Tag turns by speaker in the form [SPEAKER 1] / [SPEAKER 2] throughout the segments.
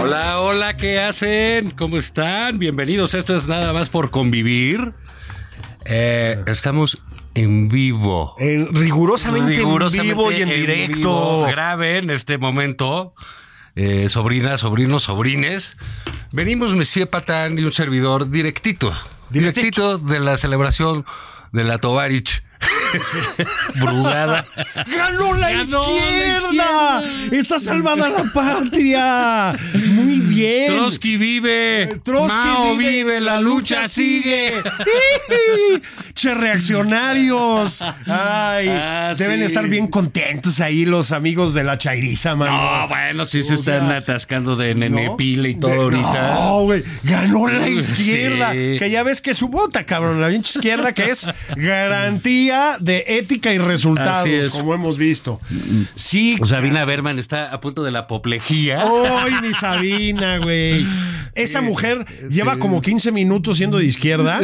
[SPEAKER 1] Hola, hola, ¿qué hacen? ¿Cómo están? Bienvenidos, esto es nada más por convivir. Eh, estamos en vivo.
[SPEAKER 2] En- rigurosamente,
[SPEAKER 1] Rigurosamente
[SPEAKER 2] en vivo y en, directo.
[SPEAKER 1] vivo. Graben este momento, eh, sobrinas, sobrinos, sobrines. Venimos Monsieur Patán y un servidor directito. Directito de la celebración de la Tovarich. Brugada.
[SPEAKER 2] ¡Ganó la
[SPEAKER 1] Ganó
[SPEAKER 2] izquierda!
[SPEAKER 1] la izquierda.
[SPEAKER 2] ¡Está salvada la patria! Muy bien.
[SPEAKER 1] Trotsky vive.
[SPEAKER 2] Trotsky
[SPEAKER 1] Mao vive, la lucha sigue.
[SPEAKER 2] che reaccionarios. Ay,
[SPEAKER 1] Ah,
[SPEAKER 2] deben
[SPEAKER 1] sí.
[SPEAKER 2] estar bien contentos ahí los amigos de la Chairiza, mano.
[SPEAKER 1] No, bueno, sí se están atascando de nenepile y todo
[SPEAKER 2] De-
[SPEAKER 1] ahorita.
[SPEAKER 2] No, güey. Ganó la
[SPEAKER 1] Sí.
[SPEAKER 2] izquierda. Que ya ves que es su bota, cabrón. La pinche izquierda que es garantía de ética y resultados,
[SPEAKER 1] Así es.
[SPEAKER 2] como hemos visto. Sí,
[SPEAKER 1] O Sabina Berman está a punto de la apoplejía.
[SPEAKER 2] ¡Ay, mi Sabina, güey! Esa mujer lleva como 15 minutos siendo de izquierda,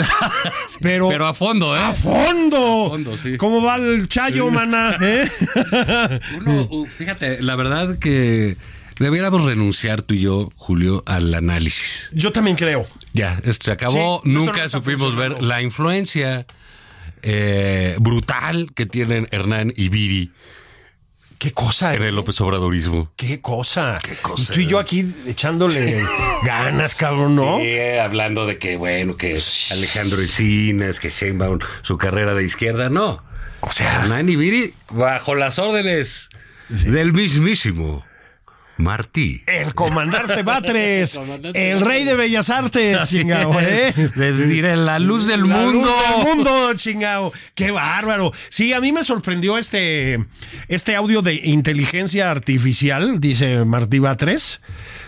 [SPEAKER 2] pero,
[SPEAKER 1] Pero a fondo, ¿eh?
[SPEAKER 2] a fondo.
[SPEAKER 1] A fondo, sí.
[SPEAKER 2] ¿Cómo va el chayo, mana? ¿Eh?
[SPEAKER 1] Uno, u- fíjate, la verdad que debiéramos renunciar tú y yo, Julio, al análisis.
[SPEAKER 2] Yo también creo.
[SPEAKER 1] Ya, esto se acabó.
[SPEAKER 2] Sí, esto
[SPEAKER 1] Nunca
[SPEAKER 2] no está
[SPEAKER 1] supimos ver
[SPEAKER 2] funcionando.
[SPEAKER 1] la influencia eh, brutal que tienen Hernán y Viri
[SPEAKER 2] ¿Qué cosa? er,
[SPEAKER 1] en el López Obradorismo.
[SPEAKER 2] ¿Qué cosa? ¿Qué cosa? Tú y yo aquí echándole ganas, cabrón, ¿no?
[SPEAKER 1] Eh, hablando de que, bueno, que Alejandro Encinas, que Sheinbaum, su carrera de izquierda, no.
[SPEAKER 2] O sea,
[SPEAKER 1] Hernán y Viri, bajo las órdenes del mismísimo Martí.
[SPEAKER 2] el comandante Batres, el rey de bellas artes, chingado, ¿eh?
[SPEAKER 1] Les diré la luz del
[SPEAKER 2] La luz
[SPEAKER 1] mundo.
[SPEAKER 2] del mundo, chingado. Qué bárbaro. Sí, a mí me sorprendió este, este audio de inteligencia artificial, dice Martí Batres.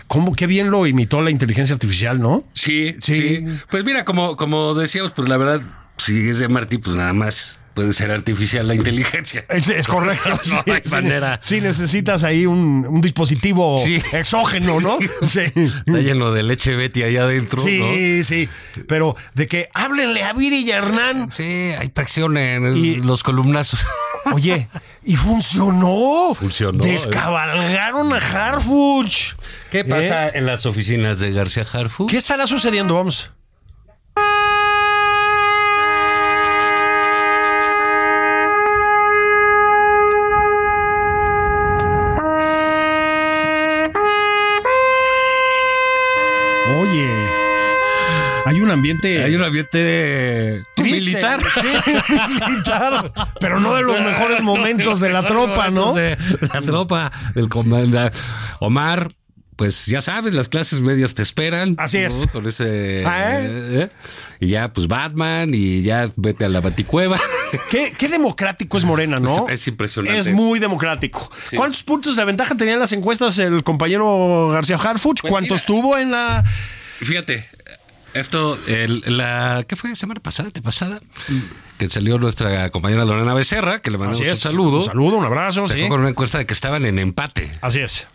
[SPEAKER 2] ¿Cómo qué bien lo imitó la inteligencia artificial, no?
[SPEAKER 1] Sí,
[SPEAKER 2] Sí.
[SPEAKER 1] sí, Pues mira, como, como decíamos, pues la verdad, si es de Martí, pues nada más puede ser artificial la inteligencia.
[SPEAKER 2] Es, es correcto.
[SPEAKER 1] No
[SPEAKER 2] sí,
[SPEAKER 1] hay
[SPEAKER 2] sí,
[SPEAKER 1] manera.
[SPEAKER 2] sí, necesitas ahí un, un dispositivo
[SPEAKER 1] Sí.
[SPEAKER 2] exógeno, ¿no? Sí.
[SPEAKER 1] Está lleno de leche Betty allá adentro, ¿no?
[SPEAKER 2] Sí, sí. Pero de que háblenle a Viri y a Hernán.
[SPEAKER 1] Sí, hay presión en
[SPEAKER 2] Y-
[SPEAKER 1] los columnazos.
[SPEAKER 2] Oye, y funcionó.
[SPEAKER 1] Funcionó, eh.
[SPEAKER 2] Descabalgaron a Harfuch.
[SPEAKER 1] ¿Qué pasa en las oficinas de García Harfu?
[SPEAKER 2] ¿Qué estará sucediendo? Vamos. Oye, hay un ambiente
[SPEAKER 1] Hay un ambiente
[SPEAKER 2] triste,
[SPEAKER 1] militar.
[SPEAKER 2] sí, militar, pero no de los mejores momentos de la tropa, ¿no?
[SPEAKER 1] De la tropa, del comandante. Omar, pues ya sabes, las clases medias te esperan.
[SPEAKER 2] Así
[SPEAKER 1] ¿no?
[SPEAKER 2] es.
[SPEAKER 1] Con ese.
[SPEAKER 2] Ah,
[SPEAKER 1] eh, Y ya, pues Batman, y ya vete a la baticueva.
[SPEAKER 2] Qué, qué democrático es Morena, ¿no?
[SPEAKER 1] Es- es impresionante.
[SPEAKER 2] Es muy democrático. ¿Cuántos puntos de ventaja tenían las encuestas el compañero García Harfuch?
[SPEAKER 1] Pues
[SPEAKER 2] ¿Cuántos
[SPEAKER 1] mira.
[SPEAKER 2] tuvo en la...?
[SPEAKER 1] Fíjate, esto, el- la. ¿Qué fue? ¿Semana pasada? ¿Te pasada? Que salió nuestra compañera Lorena Becerra, que le mandamos un saludo.
[SPEAKER 2] Un saludo, un abrazo,
[SPEAKER 1] Sacó
[SPEAKER 2] sí.
[SPEAKER 1] Con una encuesta de que estaban en empate.
[SPEAKER 2] Así es.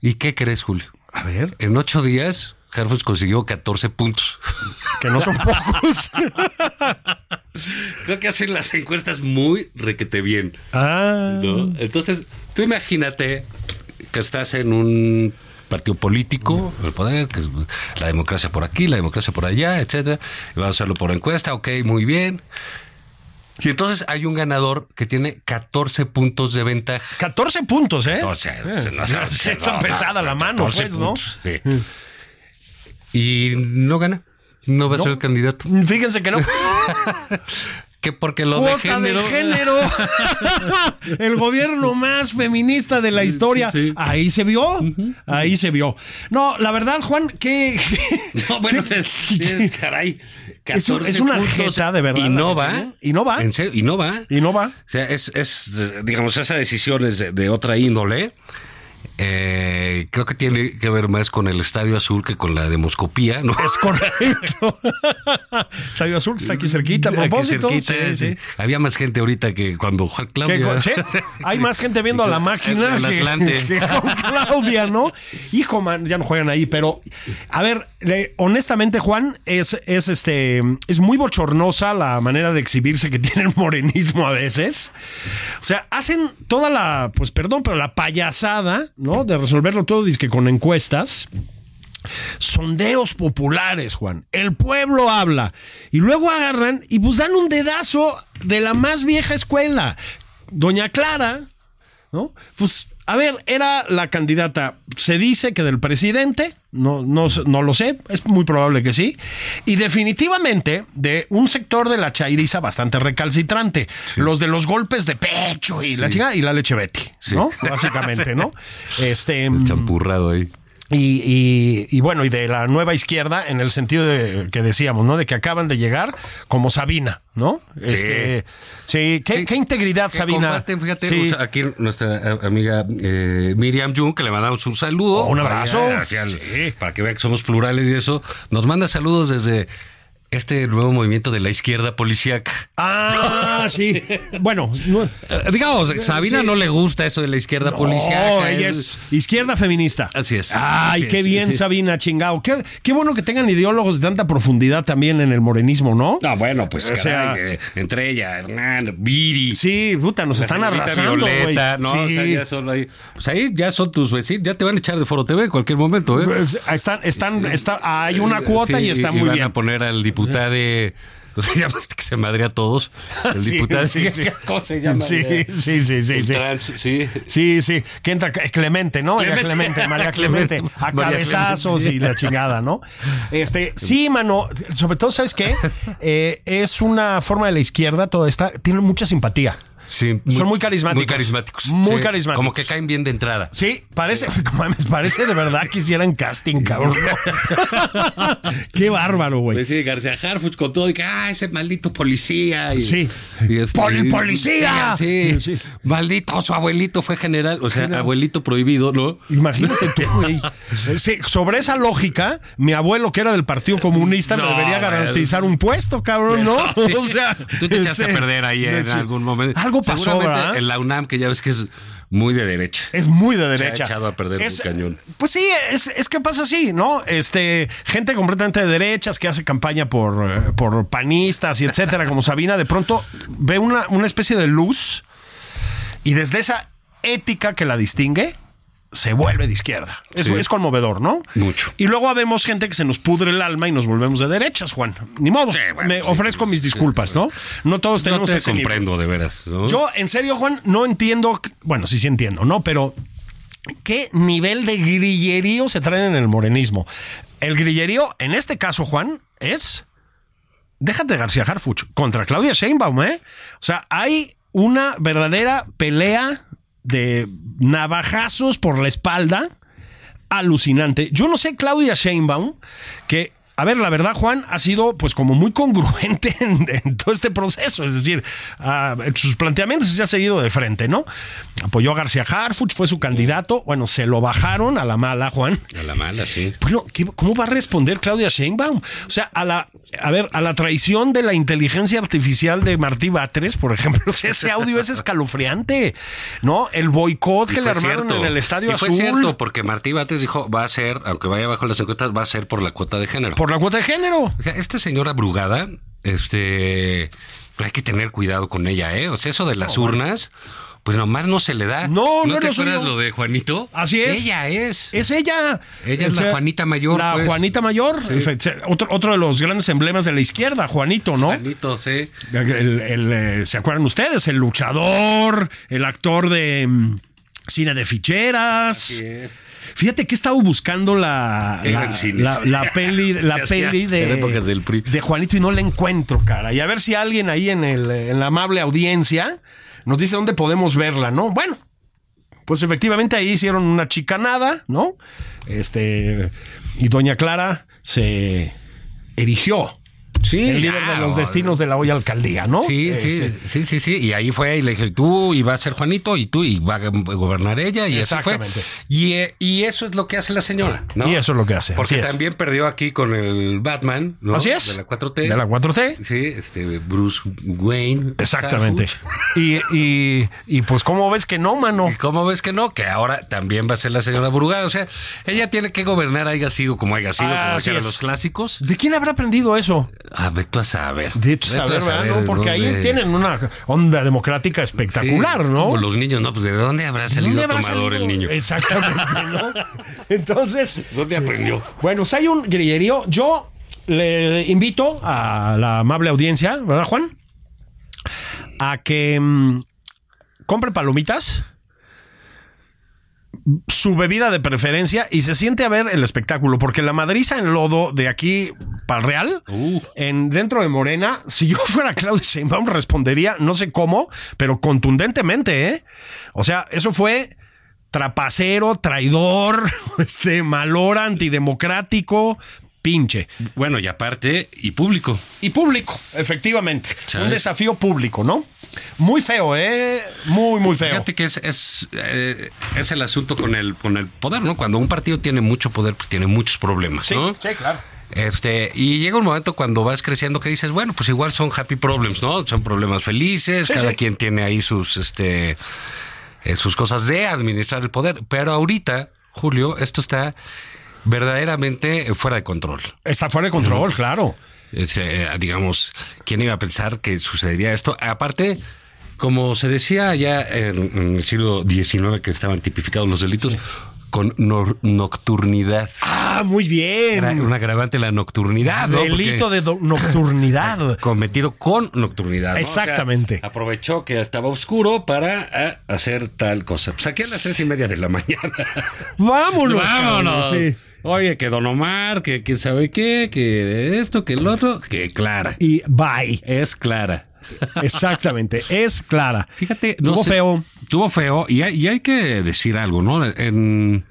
[SPEAKER 1] ¿Y qué crees, Julio?
[SPEAKER 2] A ver,
[SPEAKER 1] En ocho días, Harfus consiguió 14 puntos.
[SPEAKER 2] que no son pocos.
[SPEAKER 1] Creo que hacen las encuestas muy requete bien,
[SPEAKER 2] Ah,
[SPEAKER 1] ¿no? Entonces, tú imagínate que estás en un partido político, el poder, que es la democracia por aquí, la democracia por allá, etcétera. Y vamos a hacerlo por encuesta, ok, muy bien. Y entonces hay un ganador que tiene 14 puntos de ventaja.
[SPEAKER 2] 14 puntos, ¿eh?
[SPEAKER 1] O sea,
[SPEAKER 2] Eh,
[SPEAKER 1] no,
[SPEAKER 2] sí
[SPEAKER 1] no, no,
[SPEAKER 2] está
[SPEAKER 1] no,
[SPEAKER 2] pesada la mano,
[SPEAKER 1] 14
[SPEAKER 2] pues, ¿no?
[SPEAKER 1] puntos, sí. Y no gana. No va a ser el candidato.
[SPEAKER 2] Fíjense que no.
[SPEAKER 1] Que porque lo de
[SPEAKER 2] Cuota
[SPEAKER 1] género.
[SPEAKER 2] de género. El gobierno más feminista de la historia. Ahí se vio. Ahí se vio. No, la verdad, Juan, que.
[SPEAKER 1] No, bueno, es- es- caray.
[SPEAKER 2] Es un-
[SPEAKER 1] 14
[SPEAKER 2] es una
[SPEAKER 1] puntos
[SPEAKER 2] jeta, de verdad,
[SPEAKER 1] Y
[SPEAKER 2] la
[SPEAKER 1] no
[SPEAKER 2] neta,
[SPEAKER 1] va.
[SPEAKER 2] ¿eh? Y no va.
[SPEAKER 1] En serio, y no va.
[SPEAKER 2] Y no va.
[SPEAKER 1] O sea, es, es, eh, digamos, esa decisión es de, de otra índole. Eh, creo que tiene que ver más con el Estadio Azul que con la demoscopía, ¿no?
[SPEAKER 2] Es correcto. Estadio Azul que está aquí cerquita, a
[SPEAKER 1] Aquí
[SPEAKER 2] propósito.
[SPEAKER 1] cerquita,
[SPEAKER 2] Sí, sí.
[SPEAKER 1] Había más gente ahorita que cuando Juan
[SPEAKER 2] Que
[SPEAKER 1] Claudio.
[SPEAKER 2] con- che, hay más gente viendo a la máquina
[SPEAKER 1] El
[SPEAKER 2] que,
[SPEAKER 1] Atlante.
[SPEAKER 2] que con Claudia, ¿no? Hijo, man, ya no juegan ahí, pero a ver, le- honestamente, Juan, es, es este es muy bochornosa la manera de exhibirse que tiene el morenismo a veces. O sea, hacen toda la, pues perdón, pero la payasada, ¿no? De resolverlo todo, que con encuestas. Sondeos populares, Juan. El pueblo habla. Y luego agarran y pues dan un dedazo de la más vieja escuela. Doña Clara, ¿no? Pues, a ver, era la candidata, se dice que del presidente, no, no, sé- no lo sé, es muy probable que sí, y definitivamente de un sector de la chairiza bastante recalcitrante, los de los golpes de pecho y la chingada y la leche Betty, ¿no? Básicamente, ¿no? Este...
[SPEAKER 1] Champurrado ahí.
[SPEAKER 2] Y, y- y bueno, y de la nueva izquierda en el sentido de que decíamos, ¿no? De que acaban de llegar como Sabina, ¿no? Este, sí, ¿qué,
[SPEAKER 1] Sí.
[SPEAKER 2] qué integridad,
[SPEAKER 1] Que
[SPEAKER 2] Sabina.
[SPEAKER 1] comparten, fíjate,
[SPEAKER 2] Sí.
[SPEAKER 1] o sea, aquí nuestra a- amiga eh, Miriam Jung, que le mandamos un saludo.
[SPEAKER 2] Oh, un abrazo.
[SPEAKER 1] Allá hacia el- Para que vea que somos plurales y eso. Nos manda saludos desde este nuevo movimiento de la izquierda policíaca.
[SPEAKER 2] Ah, sí. Bueno, no,
[SPEAKER 1] Eh, digamos, a Sabina no le gusta eso de la izquierda policíaca.
[SPEAKER 2] no, ella oh, es izquierda feminista.
[SPEAKER 1] Así es.
[SPEAKER 2] Ay,
[SPEAKER 1] Así
[SPEAKER 2] qué
[SPEAKER 1] es,
[SPEAKER 2] bien,
[SPEAKER 1] sí, sí.
[SPEAKER 2] Sabina, chingao. Qué, qué bueno que tengan ideólogos de tanta profundidad también en el morenismo, ¿no?
[SPEAKER 1] No, bueno, pues
[SPEAKER 2] O sea-
[SPEAKER 1] caray, eh, entre ella, Hernán, Viri.
[SPEAKER 2] Sí, puta, nos
[SPEAKER 1] la
[SPEAKER 2] están
[SPEAKER 1] señorita
[SPEAKER 2] arrasando, güey.
[SPEAKER 1] Violeta, ¿no? O
[SPEAKER 2] Sí.
[SPEAKER 1] sea, ya son ahí. Pues ahí ya son tus vecinos, ya te van a echar de Foro TV en cualquier momento, ¿eh?
[SPEAKER 2] Pues, están, están, está, hay una cuota
[SPEAKER 1] Sí,
[SPEAKER 2] y está muy
[SPEAKER 1] van
[SPEAKER 2] bien.
[SPEAKER 1] a poner al diputado de. ¿Cómo se llama? este Que se madre a todos. El
[SPEAKER 2] Sí,
[SPEAKER 1] diputado.
[SPEAKER 2] sí, sí.
[SPEAKER 1] ¿Cómo se llama?
[SPEAKER 2] Sí, sí, sí, sí,
[SPEAKER 1] El
[SPEAKER 2] sí.
[SPEAKER 1] trans, sí.
[SPEAKER 2] Sí, sí, que entra eh, Clemente, ¿no? María
[SPEAKER 1] Clemente.
[SPEAKER 2] Clemente, María Clemente, a
[SPEAKER 1] María Clemente,
[SPEAKER 2] cabezazos
[SPEAKER 1] sí.
[SPEAKER 2] y la chingada, ¿no? Este, sí, mano, sobre todo, ¿sabes qué? Eh, es una forma de la izquierda, toda esta, tiene mucha simpatía.
[SPEAKER 1] Sí,
[SPEAKER 2] Son muy carismáticos.
[SPEAKER 1] Muy carismáticos.
[SPEAKER 2] Muy
[SPEAKER 1] Sí,
[SPEAKER 2] carismáticos.
[SPEAKER 1] Como que caen bien de entrada.
[SPEAKER 2] Sí, parece, mames, parece de verdad que hicieran casting, cabrón. qué bárbaro, güey.
[SPEAKER 1] Decide García Harfuch con todo y que, ah, ese maldito policía. Y,
[SPEAKER 2] Sí.
[SPEAKER 1] y este-
[SPEAKER 2] ¡Poli- policía!
[SPEAKER 1] Sí,
[SPEAKER 2] Sí.
[SPEAKER 1] Maldito, su abuelito fue general. O sea, abuelito prohibido, ¿no?
[SPEAKER 2] Imagínate tú, güey. Sí, sobre esa lógica, mi abuelo, que era del Partido Comunista, me
[SPEAKER 1] No,
[SPEAKER 2] debería
[SPEAKER 1] güey.
[SPEAKER 2] garantizar un puesto, cabrón, ¿no?
[SPEAKER 1] Sí.
[SPEAKER 2] O sea,
[SPEAKER 1] tú te echaste
[SPEAKER 2] sí.
[SPEAKER 1] a perder ahí en
[SPEAKER 2] Sí.
[SPEAKER 1] algún momento.
[SPEAKER 2] Algo pasó,
[SPEAKER 1] Seguramente
[SPEAKER 2] ¿verdad?
[SPEAKER 1] En la UNAM, que ya ves que es muy de derecha.
[SPEAKER 2] Es muy de
[SPEAKER 1] Se ha
[SPEAKER 2] derecha.
[SPEAKER 1] echado a perder
[SPEAKER 2] es,
[SPEAKER 1] un cañón.
[SPEAKER 2] Pues sí, es, es que pasa así, ¿no? Este, gente completamente de derechas que hace campaña por, eh, por panistas y etcétera, como Sabina, de pronto ve una, una especie de luz y desde esa ética que la distingue, se vuelve de izquierda. Es,
[SPEAKER 1] Sí.
[SPEAKER 2] es conmovedor, ¿no?
[SPEAKER 1] Mucho.
[SPEAKER 2] Y luego habemos gente que se nos pudre el alma y nos volvemos de derechas, Juan. Ni modo.
[SPEAKER 1] bueno,
[SPEAKER 2] Me
[SPEAKER 1] sí,
[SPEAKER 2] ofrezco mis disculpas, ¿no? No todos
[SPEAKER 1] No
[SPEAKER 2] tenemos
[SPEAKER 1] te
[SPEAKER 2] ese nivel.
[SPEAKER 1] comprendo, de veras. ¿no?
[SPEAKER 2] Yo, en serio, Juan, no entiendo. Bueno, sí, sí entiendo, ¿no? Pero, ¿qué nivel de grillerío se traen en el morenismo? El grillerío, en este caso, Juan, es. Déjate García Harfuch contra Claudia Sheinbaum, ¿eh? O sea, hay una verdadera pelea de navajazos por la espalda alucinante. Yo no sé, Claudia Sheinbaum, que, a ver, la verdad, Juan, ha sido pues como muy congruente en, en todo este proceso. Es decir, ah, en sus planteamientos se ha seguido de frente, ¿no? Apoyó a García Harfuch, fue su candidato. Bueno, se lo bajaron a la mala, Juan.
[SPEAKER 1] A la mala, sí.
[SPEAKER 2] Bueno, ¿qué- ¿cómo va a responder Claudia Sheinbaum? O sea, a la, a ver, a la traición de la inteligencia artificial de Martí Batres, por ejemplo, O sea, ese audio es escalofriante, ¿no? El boicot
[SPEAKER 1] Y
[SPEAKER 2] que
[SPEAKER 1] fue
[SPEAKER 2] le armaron
[SPEAKER 1] cierto.
[SPEAKER 2] en el Estadio
[SPEAKER 1] Y
[SPEAKER 2] Azul.
[SPEAKER 1] Fue cierto, pues. porque Martí Bates dijo, va a ser, aunque vaya bajo las encuestas, va a ser por la cuota de género.
[SPEAKER 2] Por la cuota de género.
[SPEAKER 1] O sea, Esta señora pues Brugada, este, hay que tener cuidado con ella, ¿eh? O sea, eso de las urnas, pues nomás no se le da.
[SPEAKER 2] No, no
[SPEAKER 1] te
[SPEAKER 2] era suyo.
[SPEAKER 1] acuerdas lo de Juanito?
[SPEAKER 2] Así es. ¿Eh?
[SPEAKER 1] Ella es.
[SPEAKER 2] Es ella.
[SPEAKER 1] Ella es la Juanita Mayor,
[SPEAKER 2] La
[SPEAKER 1] pues.
[SPEAKER 2] Juanita Mayor. Efe- Otro, otro de los grandes emblemas de la izquierda, Juanito, ¿no?
[SPEAKER 1] Juanito, sí.
[SPEAKER 2] El- el, eh, ¿Se acuerdan ustedes? El luchador, el actor de mm, cine de ficheras.
[SPEAKER 1] Así es.
[SPEAKER 2] Fíjate que he estado buscando la,
[SPEAKER 1] Qué
[SPEAKER 2] la,
[SPEAKER 1] gran cine.
[SPEAKER 2] la, la peli, la
[SPEAKER 1] Se hacía
[SPEAKER 2] peli de,
[SPEAKER 1] en épocas del PRI.
[SPEAKER 2] de Juanito y no la encuentro, cara. Y a ver si alguien ahí en, el, en la amable audiencia nos dice dónde podemos verla, ¿no? Bueno. Pues efectivamente ahí hicieron una chicanada, ¿no? Este. Y doña Clara se erigió.
[SPEAKER 1] Sí, Ah,
[SPEAKER 2] el líder de
[SPEAKER 1] claro.
[SPEAKER 2] los destinos de la hoy alcaldía, ¿no?
[SPEAKER 1] Sí,
[SPEAKER 2] Este,
[SPEAKER 1] sí, sí, sí, sí. Y ahí fue y le dije, tú y va a ser Juanito y tú y va a gobernar ella y así fue.
[SPEAKER 2] Exactamente.
[SPEAKER 1] Y, eh, y eso es lo que hace la señora, ¿no?
[SPEAKER 2] Y eso es lo que hace,
[SPEAKER 1] Porque
[SPEAKER 2] así es.
[SPEAKER 1] también perdió aquí con el Batman, ¿no?
[SPEAKER 2] Así es.
[SPEAKER 1] De la 4T.
[SPEAKER 2] De la 4T.
[SPEAKER 1] Sí, este, Bruce Wayne.
[SPEAKER 2] Exactamente.
[SPEAKER 1] Starfoot.
[SPEAKER 2] Y, y, y pues, ¿cómo ves que no, mano?
[SPEAKER 1] ¿Y cómo ves que no? Que ahora también va a ser la señora Brugada. O sea, ella tiene que gobernar, haya sido como haya sido,
[SPEAKER 2] Ah,
[SPEAKER 1] como
[SPEAKER 2] así
[SPEAKER 1] decían
[SPEAKER 2] es.
[SPEAKER 1] los clásicos.
[SPEAKER 2] ¿De quién habrá aprendido eso?
[SPEAKER 1] Ah, ve tú a saber.
[SPEAKER 2] De
[SPEAKER 1] Ve tú
[SPEAKER 2] tu
[SPEAKER 1] a
[SPEAKER 2] saber, ¿verdad? No, Porque ahí
[SPEAKER 1] dónde-
[SPEAKER 2] tienen una onda democrática
[SPEAKER 1] Sí,
[SPEAKER 2] espectacular,
[SPEAKER 1] es
[SPEAKER 2] ¿no?
[SPEAKER 1] Como los niños, ¿no? Pues de dónde habrá
[SPEAKER 2] ¿De
[SPEAKER 1] salido
[SPEAKER 2] habrá
[SPEAKER 1] tomador
[SPEAKER 2] salido? Eh,
[SPEAKER 1] el niño.
[SPEAKER 2] Exactamente, ¿no? Entonces.
[SPEAKER 1] ¿Dónde aprendió?
[SPEAKER 2] Bueno, si hay un grillerío, yo le invito a la amable audiencia, ¿verdad, Juan? A que mm, compre palomitas, su bebida de preferencia y se siente a ver el espectáculo, porque la madriza en lodo de aquí para el Real,
[SPEAKER 1] Uh.
[SPEAKER 2] en, dentro de Morena, si yo fuera Claudio Sheinbaum respondería, no sé cómo, pero contundentemente, ¿eh? O sea, eso fue trapacero, traidor, este, malora, antidemocrático, pinche.
[SPEAKER 1] Bueno, y aparte, y público.
[SPEAKER 2] Y público, efectivamente.
[SPEAKER 1] Sí.
[SPEAKER 2] Un desafío público, ¿no? Muy feo, ¿eh? Muy, muy feo.
[SPEAKER 1] Fíjate que es, es, eh, es el asunto con el, con el poder, ¿no? Cuando un partido tiene mucho poder, pues tiene muchos problemas,
[SPEAKER 2] Sí,
[SPEAKER 1] ¿no?
[SPEAKER 2] sí, claro.
[SPEAKER 1] Este, y llega un momento cuando vas creciendo que dices, bueno, pues igual son happy problems, ¿no? Son problemas felices,
[SPEAKER 2] Sí,
[SPEAKER 1] cada
[SPEAKER 2] sí.
[SPEAKER 1] quien tiene ahí sus, este, eh, sus cosas de administrar el poder. Pero ahorita, Julio, esto está verdaderamente fuera de control.
[SPEAKER 2] Está fuera de control, claro.
[SPEAKER 1] Este, eh, digamos, ¿quién iba a pensar que sucedería esto? Aparte, como se decía ya en, en el siglo XIX que estaban tipificados los delitos, con nor- nocturnidad.
[SPEAKER 2] Ah, muy
[SPEAKER 1] Era
[SPEAKER 2] bien. Ah,
[SPEAKER 1] un agravante la nocturnidad. ¿no?
[SPEAKER 2] Delito
[SPEAKER 1] Porque
[SPEAKER 2] de do- nocturnidad.
[SPEAKER 1] Cometido con nocturnidad. ¿no? O sea,
[SPEAKER 2] Exactamente.
[SPEAKER 1] aprovechó que estaba oscuro para ah, hacer tal cosa. Pues aquí a las tres y media de la mañana.
[SPEAKER 2] Vámonos.
[SPEAKER 1] Vámonos.
[SPEAKER 2] cabrón, sí.
[SPEAKER 1] Oye, que Don Omar, que quién sabe qué, que esto, que el otro, que Clara.
[SPEAKER 2] Y bye.
[SPEAKER 1] Es Clara.
[SPEAKER 2] Exactamente. Es clara.
[SPEAKER 1] Fíjate,
[SPEAKER 2] Tuvo
[SPEAKER 1] sé-
[SPEAKER 2] feo.
[SPEAKER 1] Tuvo feo. Y hay, y hay que decir algo, ¿no? En,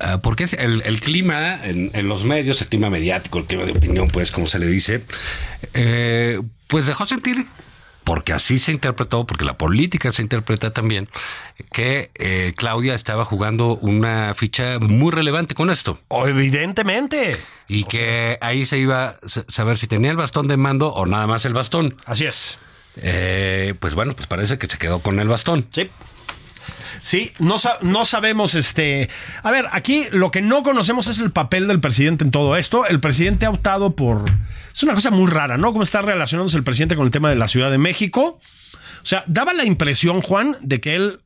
[SPEAKER 1] ah, porque es el, el clima en, en los medios, el clima mediático, el clima de opinión, pues, como se le dice, eh, pues dejó sentir, porque así se interpretó, porque la política se interpreta también, que eh, Claudia estaba jugando una ficha muy relevante con esto.
[SPEAKER 2] Oh, evidentemente.
[SPEAKER 1] Y que ahí se iba a sa- saber si tenía el bastón de mando o nada más el bastón.
[SPEAKER 2] Así es.
[SPEAKER 1] Eh, pues bueno, pues parece que se quedó con el bastón.
[SPEAKER 2] Sí. Sí, no, sa- no sabemos este... A ver, aquí lo que no conocemos es el papel del presidente en todo esto. El presidente ha optado por... Es una cosa muy rara, ¿no? Cómo está relacionándose el presidente con el tema de la Ciudad de México. O sea, daba la impresión, Juan, de que él,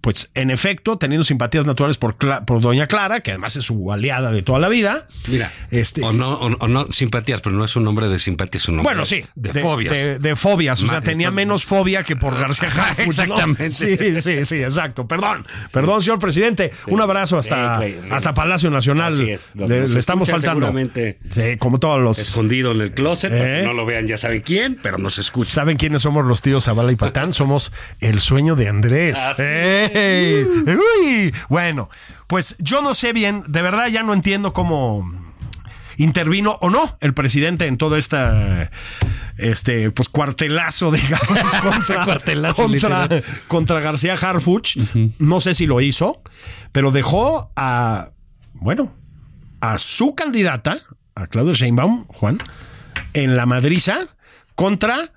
[SPEAKER 2] pues en efecto, teniendo simpatías naturales por, Cla- por Doña Clara, que además es su aliada de toda la vida.
[SPEAKER 1] Mira,
[SPEAKER 2] este,
[SPEAKER 1] o no, o, no- o no simpatías, pero no es un nombre de simpatía, es un nombre
[SPEAKER 2] Bueno, sí.
[SPEAKER 1] de, fobias.
[SPEAKER 2] De, de fobias. O
[SPEAKER 1] Ma-
[SPEAKER 2] sea, tenía
[SPEAKER 1] entonces-
[SPEAKER 2] menos fobia que por García
[SPEAKER 1] Ah, Ajá,
[SPEAKER 2] Harfuch, ¿no?
[SPEAKER 1] exactamente.
[SPEAKER 2] Sí, sí, sí, exacto. Perdón, perdón, señor presidente. Un abrazo hasta,
[SPEAKER 1] Sí, claro.
[SPEAKER 2] hasta Palacio Nacional.
[SPEAKER 1] Así es. Lo que
[SPEAKER 2] Le,
[SPEAKER 1] nos
[SPEAKER 2] le estamos
[SPEAKER 1] escuchan
[SPEAKER 2] faltando.
[SPEAKER 1] seguramente.
[SPEAKER 2] Sí, como todos los.
[SPEAKER 1] Escondido en el closet, para
[SPEAKER 2] ¿Eh?
[SPEAKER 1] que no lo vean, ya saben quién, pero no se escucha.
[SPEAKER 2] pues, ¿Saben quiénes somos los tíos Zavala y Patán? Somos el sueño de Andrés.
[SPEAKER 1] Así
[SPEAKER 2] ¡Ey! ¡Uy! Bueno, pues yo no sé bien, de verdad ya no entiendo cómo intervino o no el presidente en todo esta este pues cuartelazo digamos contra
[SPEAKER 1] Cuartelazo,
[SPEAKER 2] contra,
[SPEAKER 1] literal.
[SPEAKER 2] contra García Harfuch no sé si lo hizo pero dejó a bueno a su candidata a Claudia Sheinbaum Juan en la madriza contra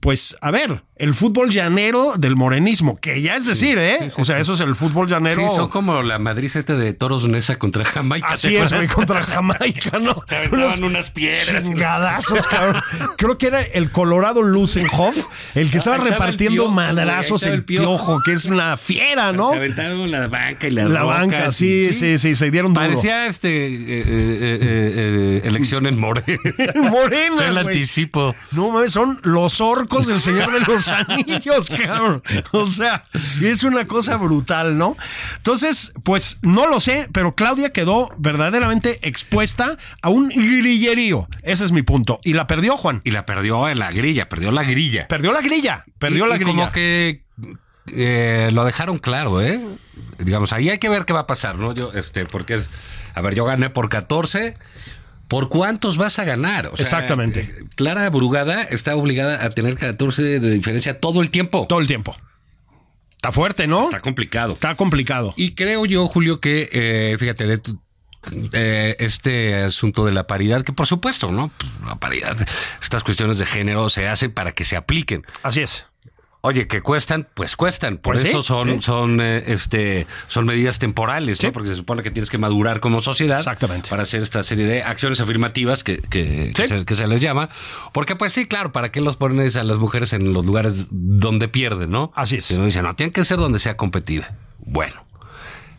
[SPEAKER 2] pues, a ver, el fútbol llanero del morenismo, que ya es decir, ¿eh? o sea, eso es el fútbol llanero.
[SPEAKER 1] Sí, son como la Madrid este de Toros Nesa contra Jamaica.
[SPEAKER 2] Así
[SPEAKER 1] ¿te
[SPEAKER 2] es, güey,
[SPEAKER 1] acuerdas?
[SPEAKER 2] contra Jamaica, ¿no?
[SPEAKER 1] Te aventaban unas piedras.
[SPEAKER 2] Chingadazos, cabrón. Creo que era el Colorado Lusenhoff el que
[SPEAKER 1] Ahí estaba
[SPEAKER 2] estaba
[SPEAKER 1] el
[SPEAKER 2] repartiendo
[SPEAKER 1] Piojo, güey, ahí
[SPEAKER 2] madrazos
[SPEAKER 1] estaba
[SPEAKER 2] el
[SPEAKER 1] el Piojo.
[SPEAKER 2] piojo, que es una fiera, ¿no?
[SPEAKER 1] Se aventaron la banca y la
[SPEAKER 2] La banca, sí, sí, sí, se dieron duro.
[SPEAKER 1] Parecía este eh, eh, eh, eh, eh, elección en Morena.
[SPEAKER 2] Morena,
[SPEAKER 1] Fue el
[SPEAKER 2] güey.
[SPEAKER 1] anticipo.
[SPEAKER 2] No mames, son los orcos del Señor de los Anillos, cabrón. O sea, es una cosa brutal, ¿no? Entonces, pues no lo sé, pero Claudia quedó verdaderamente expuesta a un grillerío. Ese es mi punto. Y la perdió, Juan.
[SPEAKER 1] Y la perdió en la grilla, perdió la grilla.
[SPEAKER 2] Perdió la grilla. Perdió
[SPEAKER 1] Y-
[SPEAKER 2] la
[SPEAKER 1] y
[SPEAKER 2] grilla.
[SPEAKER 1] Como que eh, lo dejaron claro, ¿eh? Digamos, ahí hay que ver qué va a pasar, ¿no? Yo, este, porque es. A ver, yo gané por 14. ¿Por cuántos vas a ganar? O sea,
[SPEAKER 2] Exactamente.
[SPEAKER 1] eh, Clara Brugada está obligada a tener 14 de diferencia todo el tiempo.
[SPEAKER 2] Todo el tiempo. Está fuerte, ¿no?
[SPEAKER 1] Está complicado.
[SPEAKER 2] Está complicado.
[SPEAKER 1] Y creo yo, Julio, que, eh, fíjate, de tu- eh, este asunto de la paridad, que por supuesto, ¿no? Pues, La paridad, estas cuestiones de género se hacen para que se apliquen.
[SPEAKER 2] Así es.
[SPEAKER 1] Oye, que cuestan, pues cuestan. Por
[SPEAKER 2] Pues sí,
[SPEAKER 1] eso son,
[SPEAKER 2] sí.
[SPEAKER 1] son, eh, este, son medidas temporales, ¿no? Porque se supone que tienes que madurar como sociedad
[SPEAKER 2] Exactamente.
[SPEAKER 1] para hacer esta serie de acciones afirmativas que, que,
[SPEAKER 2] Sí.
[SPEAKER 1] que se, que se les llama. Porque, pues sí, claro, ¿para qué los pones a las mujeres en los lugares donde pierden, no?
[SPEAKER 2] Así es.
[SPEAKER 1] Si no dicen, no, tienen que ser donde sea competida. Bueno,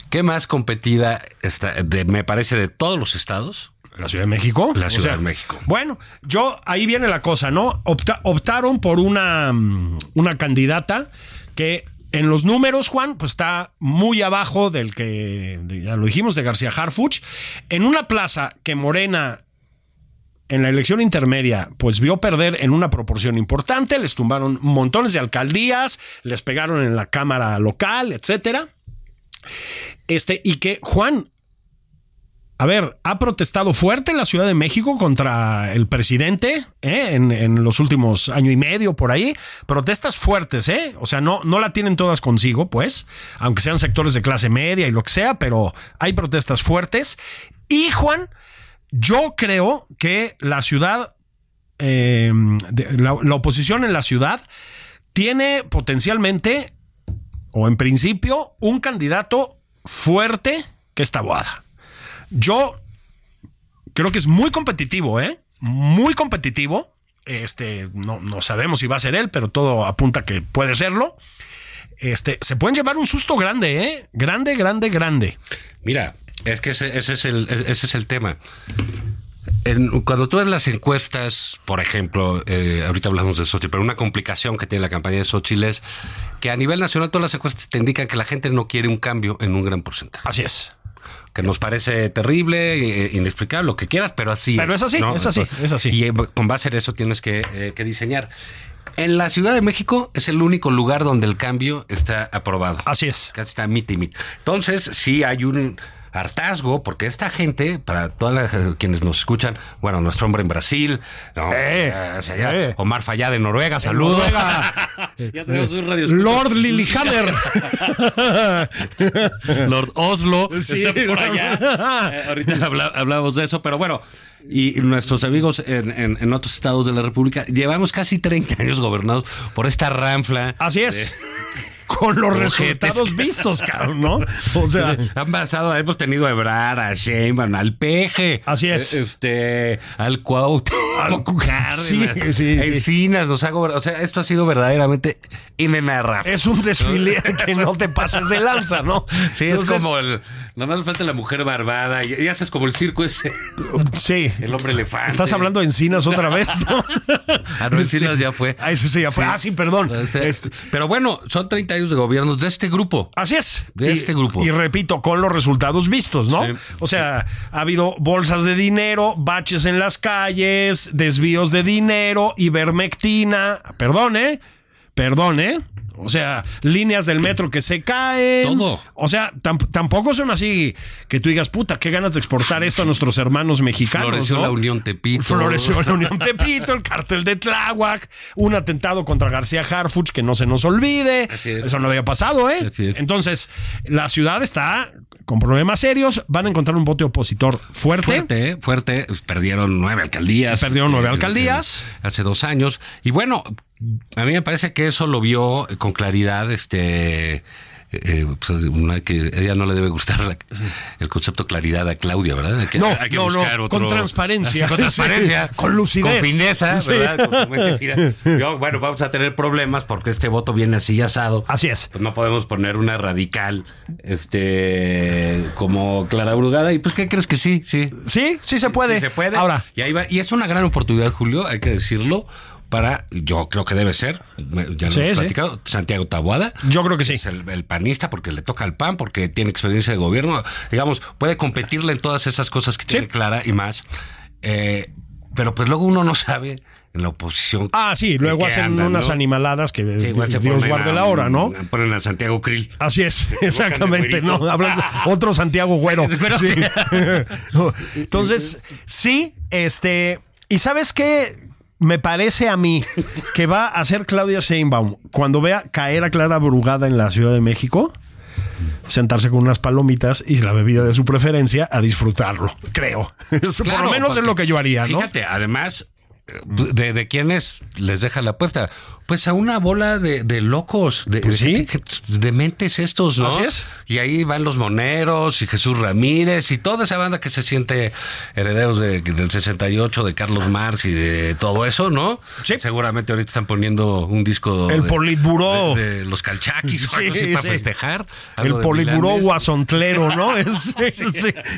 [SPEAKER 1] ¿qué más competida está, de- me parece, de todos los estados?
[SPEAKER 2] La Ciudad de México.
[SPEAKER 1] La Ciudad de México.
[SPEAKER 2] Bueno, yo ahí viene la cosa, ¿no? Opta- optaron por una, mm, una candidata que en los números, Juan, pues está muy abajo del que, de- ya lo dijimos, de García Harfuch. En una plaza que Morena en la elección intermedia, pues vio perder en una proporción importante, les tumbaron montones de alcaldías, les pegaron en la cámara local, etcétera. Este, y que Juan, a ver, ha protestado fuerte la Ciudad de México contra el presidente ¿eh? en, en los últimos año y medio por ahí. Protestas fuertes, ¿eh? O sea, no, no la tienen todas consigo, pues, aunque sean sectores de clase media y lo que sea, pero hay protestas fuertes. Y Juan, yo creo que la ciudad, eh, de- la- la oposición en la ciudad tiene potencialmente o en principio un candidato fuerte que está boada. Yo creo que es muy competitivo, ¿eh? Muy competitivo. Este, no, no sabemos si va a ser él, pero todo apunta que puede serlo. Este, se pueden llevar un susto grande, ¿eh? Grande, grande, grande.
[SPEAKER 1] Mira, es que ese, ese es, el, e, ese es el tema. En- cuando tú ves las encuestas, por ejemplo, eh, ahorita hablamos de Xochitl, pero una complicación que tiene la campaña de Xochitl es que a nivel nacional todas las encuestas te indican que la gente no quiere un cambio en un gran porcentaje.
[SPEAKER 2] Así es.
[SPEAKER 1] Que nos parece terrible, eh, inexplicable, lo que quieras, pero así
[SPEAKER 2] Pero es así, es así, es así.
[SPEAKER 1] Y eh, con base en eso tienes que, eh, que diseñar. En la Ciudad de México es el único lugar donde el cambio está aprobado.
[SPEAKER 2] Así es.
[SPEAKER 1] Casi está mit y mit. Entonces, sí hay un hartazgo, porque esta gente, para todas las- eh, quienes nos escuchan, bueno, nuestro hombre en Brasil, no,
[SPEAKER 2] Eh,
[SPEAKER 1] hacia allá,
[SPEAKER 2] eh.
[SPEAKER 1] Omar Fallá de Noruega, saludos. ya tenemos un radio escucha.
[SPEAKER 2] Lord Lilyhammer.
[SPEAKER 1] Lord Oslo
[SPEAKER 2] Sí,
[SPEAKER 1] está por allá. Eh, ahorita habla- hablamos de eso, pero bueno. Y nuestros amigos en, en- en otros estados de la República, llevamos casi 30 años gobernados por esta ranfla.
[SPEAKER 2] Así es. Con los
[SPEAKER 1] Ojetes.
[SPEAKER 2] resultados vistos, cabrón, ¿no? O sea,
[SPEAKER 1] Han pasado, hemos tenido a Ebrar, a Sheinbaum, al Peje.
[SPEAKER 2] Así es.
[SPEAKER 1] eh, Este, al Cuauhtémoc,
[SPEAKER 2] Al- sí,
[SPEAKER 1] Cárdenas,
[SPEAKER 2] sí, sí.
[SPEAKER 1] Encinas, nos ha gobernado. O sea, esto ha sido verdaderamente inenarrable.
[SPEAKER 2] es un desfile que no te pases de lanza, ¿no?
[SPEAKER 1] Sí,
[SPEAKER 2] Entonces,
[SPEAKER 1] es como el. Nada más le falta la mujer barbada. Y, y haces como el circo ese.
[SPEAKER 2] Sí.
[SPEAKER 1] El hombre elefante.
[SPEAKER 2] Estás hablando de encinas otra vez, ¿no?
[SPEAKER 1] Ah, no, Encinas ya fue.
[SPEAKER 2] Ah, ese sí, ya fue. Ah, sí, perdón. Este,
[SPEAKER 1] Pero bueno, son 30 años de gobiernos de este grupo.
[SPEAKER 2] Así es.
[SPEAKER 1] De
[SPEAKER 2] Y-
[SPEAKER 1] este grupo.
[SPEAKER 2] Y repito, con los resultados vistos, ¿no?
[SPEAKER 1] Sí.
[SPEAKER 2] O sea, ha habido bolsas de dinero, baches en las calles, desvíos de dinero, ivermectina. Perdón, ¿eh? Perdón, ¿eh? O sea, líneas del metro que se caen.
[SPEAKER 1] Todo.
[SPEAKER 2] O sea, tam- tampoco son así que tú digas, puta, qué ganas de exportar esto a nuestros hermanos mexicanos.
[SPEAKER 1] Floreció
[SPEAKER 2] ¿no?
[SPEAKER 1] la Unión Tepito.
[SPEAKER 2] Floreció la Unión Tepito, el cartel de Tláhuac, un atentado contra García Harfuch que no se nos olvide.
[SPEAKER 1] Así es.
[SPEAKER 2] Eso no había pasado, ¿eh?
[SPEAKER 1] Así es.
[SPEAKER 2] Entonces, la ciudad está con problemas serios. Van a encontrar un bote opositor fuerte.
[SPEAKER 1] Fuerte, ¿eh? fuerte. Perdieron nueve alcaldías.
[SPEAKER 2] Perdieron nueve
[SPEAKER 1] Eh,
[SPEAKER 2] alcaldías.
[SPEAKER 1] eh, Hace dos años. Y bueno, A mí me parece que eso lo vio con claridad, este, eh, pues, una que ella no le debe gustar la- el concepto claridad a Claudia, ¿verdad? Hay que-
[SPEAKER 2] No,
[SPEAKER 1] hay que
[SPEAKER 2] no, no,
[SPEAKER 1] buscar otro-
[SPEAKER 2] con transparencia.
[SPEAKER 1] con transparencia,
[SPEAKER 2] Sí, con lucidez.
[SPEAKER 1] con fineza,
[SPEAKER 2] Sí.
[SPEAKER 1] ¿verdad? Con tu mente fina. Yo, bueno, vamos a tener problemas porque este voto viene así asado.
[SPEAKER 2] Así es.
[SPEAKER 1] Pues no podemos poner una radical, este, como Clara Brugada. Y pues, ¿qué crees que sí? Sí,
[SPEAKER 2] Sí, sí se puede.
[SPEAKER 1] Sí, se puede.
[SPEAKER 2] Ahora,
[SPEAKER 1] Y, ahí va. y es una gran oportunidad, Julio, hay que decirlo, para, yo creo que debe ser, me- ya lo
[SPEAKER 2] Sí,
[SPEAKER 1] hemos
[SPEAKER 2] sí.
[SPEAKER 1] platicado, Santiago Taboada.
[SPEAKER 2] yo creo que sí.
[SPEAKER 1] Es el, el panista porque le toca al PAN, porque tiene experiencia de gobierno. Digamos, puede competirle en todas esas cosas que tiene Clara y más. Eh, pero pues luego uno no sabe en la oposición.
[SPEAKER 2] Ah, sí,
[SPEAKER 1] de
[SPEAKER 2] luego
[SPEAKER 1] qué
[SPEAKER 2] hacen
[SPEAKER 1] andan,
[SPEAKER 2] unas
[SPEAKER 1] ¿no?
[SPEAKER 2] animaladas que
[SPEAKER 1] Sí, igual se
[SPEAKER 2] Dios
[SPEAKER 1] ponen
[SPEAKER 2] guarde
[SPEAKER 1] a-
[SPEAKER 2] la hora, ¿no?
[SPEAKER 1] Ponen a Santiago Krill.
[SPEAKER 2] Así es, exactamente,
[SPEAKER 1] güerito.
[SPEAKER 2] ¿no? Hablando, otro Santiago Güero.
[SPEAKER 1] Güero,
[SPEAKER 2] Sí.
[SPEAKER 1] sí.
[SPEAKER 2] Entonces, sí, este. ¿Y sabes qué? Me parece a mí que va a hacer Claudia Sheinbaum cuando vea caer a Clara Brugada en la Ciudad de México, sentarse con unas palomitas y la bebida de su preferencia a disfrutarlo, creo. Es Pues, Por
[SPEAKER 1] Claro,
[SPEAKER 2] lo menos es
[SPEAKER 1] porque
[SPEAKER 2] lo que yo haría, ¿no?
[SPEAKER 1] Fíjate, además, eh, ¿de, de quiénes les deja la puerta? Pues a una bola de, de locos, de,
[SPEAKER 2] Pues sí.
[SPEAKER 1] de- de mentes estos, ¿no?
[SPEAKER 2] Así es.
[SPEAKER 1] Y ahí van los moneros y Jesús Ramírez y toda esa banda que se siente herederos de- del 68, de Carlos Marx y de todo eso, ¿no?
[SPEAKER 2] Sí.
[SPEAKER 1] Seguramente ahorita están poniendo un disco.
[SPEAKER 2] El
[SPEAKER 1] de-
[SPEAKER 2] Politburó.
[SPEAKER 1] De, de los calchaquis o
[SPEAKER 2] Sí,
[SPEAKER 1] algo así para
[SPEAKER 2] sí.
[SPEAKER 1] festejar.
[SPEAKER 2] El
[SPEAKER 1] Algo de
[SPEAKER 2] poliburó
[SPEAKER 1] milanes.
[SPEAKER 2] guasontlero, ¿no? Es-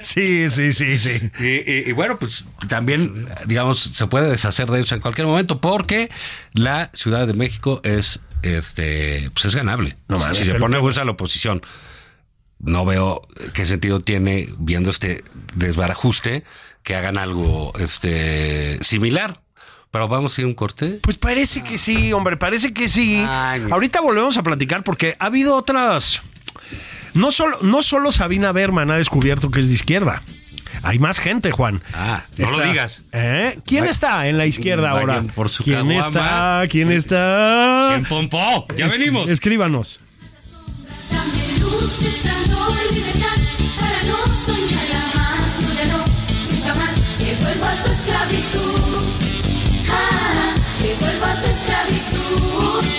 [SPEAKER 2] sí, sí, sí, sí. sí.
[SPEAKER 1] Y, y- y bueno, pues también, digamos, se puede deshacer de ellos en cualquier momento porque la Ciudad de México es, este, pues es ganable.
[SPEAKER 2] No
[SPEAKER 1] O sea,
[SPEAKER 2] mames,
[SPEAKER 1] si se
[SPEAKER 2] pero-
[SPEAKER 1] pone a la oposición, no veo qué sentido tiene viendo este desbarajuste que hagan algo, este, similar. Pero vamos a ir a un corte.
[SPEAKER 2] Pues parece que sí, hombre, parece que sí.
[SPEAKER 1] Ay, mi-
[SPEAKER 2] Ahorita volvemos a platicar porque ha habido otras. No solo, no solo Sabina Berman ha descubierto que es de izquierda. Hay más gente, Juan.
[SPEAKER 1] Ah, no lo digas.
[SPEAKER 2] ¿Eh? ¿Quién
[SPEAKER 1] Vay-
[SPEAKER 2] está en la izquierda
[SPEAKER 1] Vayan
[SPEAKER 2] ahora?
[SPEAKER 1] por su
[SPEAKER 2] ¿Quién
[SPEAKER 1] caguama.
[SPEAKER 2] está? ¿Quién está?
[SPEAKER 1] ¡En Pompó! ¡Ya
[SPEAKER 2] Es-
[SPEAKER 1] venimos!
[SPEAKER 2] Escríbanos.
[SPEAKER 3] Dame luz, esplendor, libertad, para no soñarla más, no ya no, nunca más, que vuelva a su esclavitud, ah, que vuelva a su esclavitud.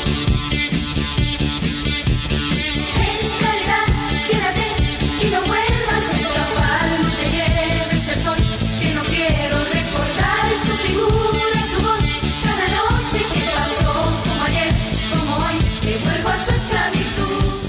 [SPEAKER 3] En realidad, quédate y no vuelvas a escapar, no te lleves el sol, que no quiero recordar su figura, su voz, cada noche que pasó, como ayer, como hoy, que vuelva a su esclavitud.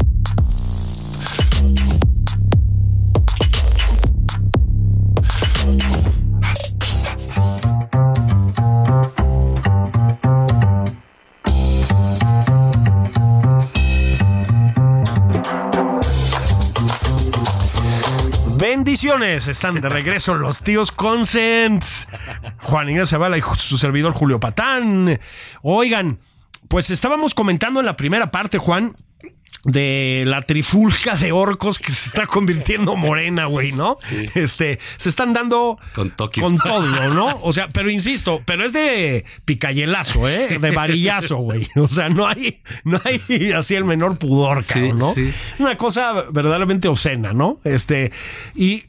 [SPEAKER 2] Bendiciones, están de regreso los tíos Consents. Juan Ignacio Zavala y su servidor Julio Patán. Oigan, pues estábamos comentando en la primera parte, Juan, de la trifulca de orcos que se está convirtiendo morena, güey, ¿no? Este, se están dando
[SPEAKER 1] Con Tokio.
[SPEAKER 2] con todo, ¿no? O sea, pero insisto, pero es de picayelazo, ¿eh? De varillazo, güey. O sea, no hay, no hay así el menor pudor, cabrón, ¿no?
[SPEAKER 1] sí.
[SPEAKER 2] Una cosa verdaderamente obscena, ¿no? Este, y,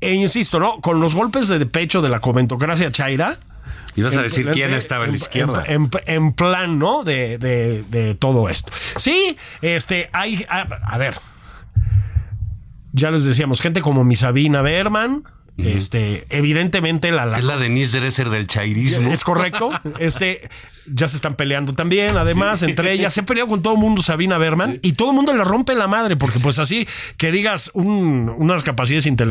[SPEAKER 2] e insisto, ¿no? Con los golpes de pecho de la comentocracia chaira.
[SPEAKER 1] Ibas a decir
[SPEAKER 2] en-
[SPEAKER 1] quién
[SPEAKER 2] en-
[SPEAKER 1] estaba en la
[SPEAKER 2] en-
[SPEAKER 1] izquierda.
[SPEAKER 2] En, en plan, ¿no? De, de- de todo esto. Sí, este, hay. A, a ver. Ya les decíamos, gente como mi Sabina Berman. Este, evidentemente la, la
[SPEAKER 1] Es la Denise Dresser del chairismo.
[SPEAKER 2] es correcto. Este ya se están peleando también. Además, entre ellas se ha peleado con todo el mundo Sabina Berman y todo el mundo le rompe la madre porque, pues, así que digas un- unas capacidades intelectuales.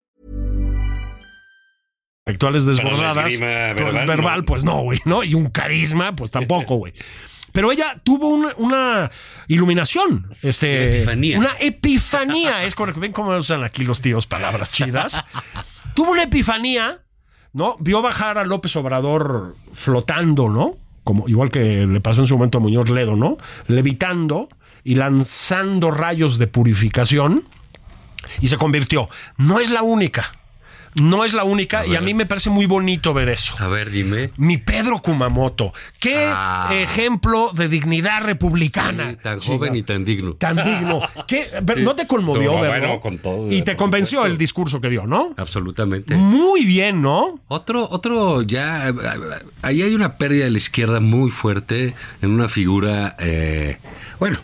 [SPEAKER 2] intelectuales
[SPEAKER 4] Pero la
[SPEAKER 2] desbordadas.
[SPEAKER 4] esgrima
[SPEAKER 2] Pero
[SPEAKER 4] verbal,
[SPEAKER 2] verbal,
[SPEAKER 4] no.
[SPEAKER 2] pues no, güey, ¿no? Y un carisma, pues tampoco, güey. Pero ella tuvo una, una iluminación, este,
[SPEAKER 1] Una epifanía.
[SPEAKER 2] Una epifanía, es correcto. Ven cómo usan aquí los tíos palabras chidas. tuvo una epifanía, ¿no? Vio bajar a López Obrador flotando, ¿no? Como, igual que le pasó en su momento a Muñoz Ledo, ¿no? Levitando y lanzando rayos de purificación y se convirtió. No es la única. No es la única y a mí me parece muy bonito ver eso.
[SPEAKER 1] A ver, dime.
[SPEAKER 2] Mi Pedro Kumamoto, qué
[SPEAKER 1] Ah.
[SPEAKER 2] ejemplo de dignidad republicana.
[SPEAKER 1] Sí, tan
[SPEAKER 2] Chinga.
[SPEAKER 1] joven y tan digno.
[SPEAKER 2] tan digno. ¿Qué? Pero ¿No te conmovió,
[SPEAKER 4] No,
[SPEAKER 2] verdad?
[SPEAKER 4] bueno, con Ah, todo,
[SPEAKER 2] y
[SPEAKER 4] por
[SPEAKER 2] te convenció el discurso que dio, ¿no?
[SPEAKER 1] Absolutamente.
[SPEAKER 2] Muy bien, ¿no?
[SPEAKER 1] Otro, otro ya, eh, ahí hay una pérdida de la izquierda muy fuerte en una figura, eh, bueno,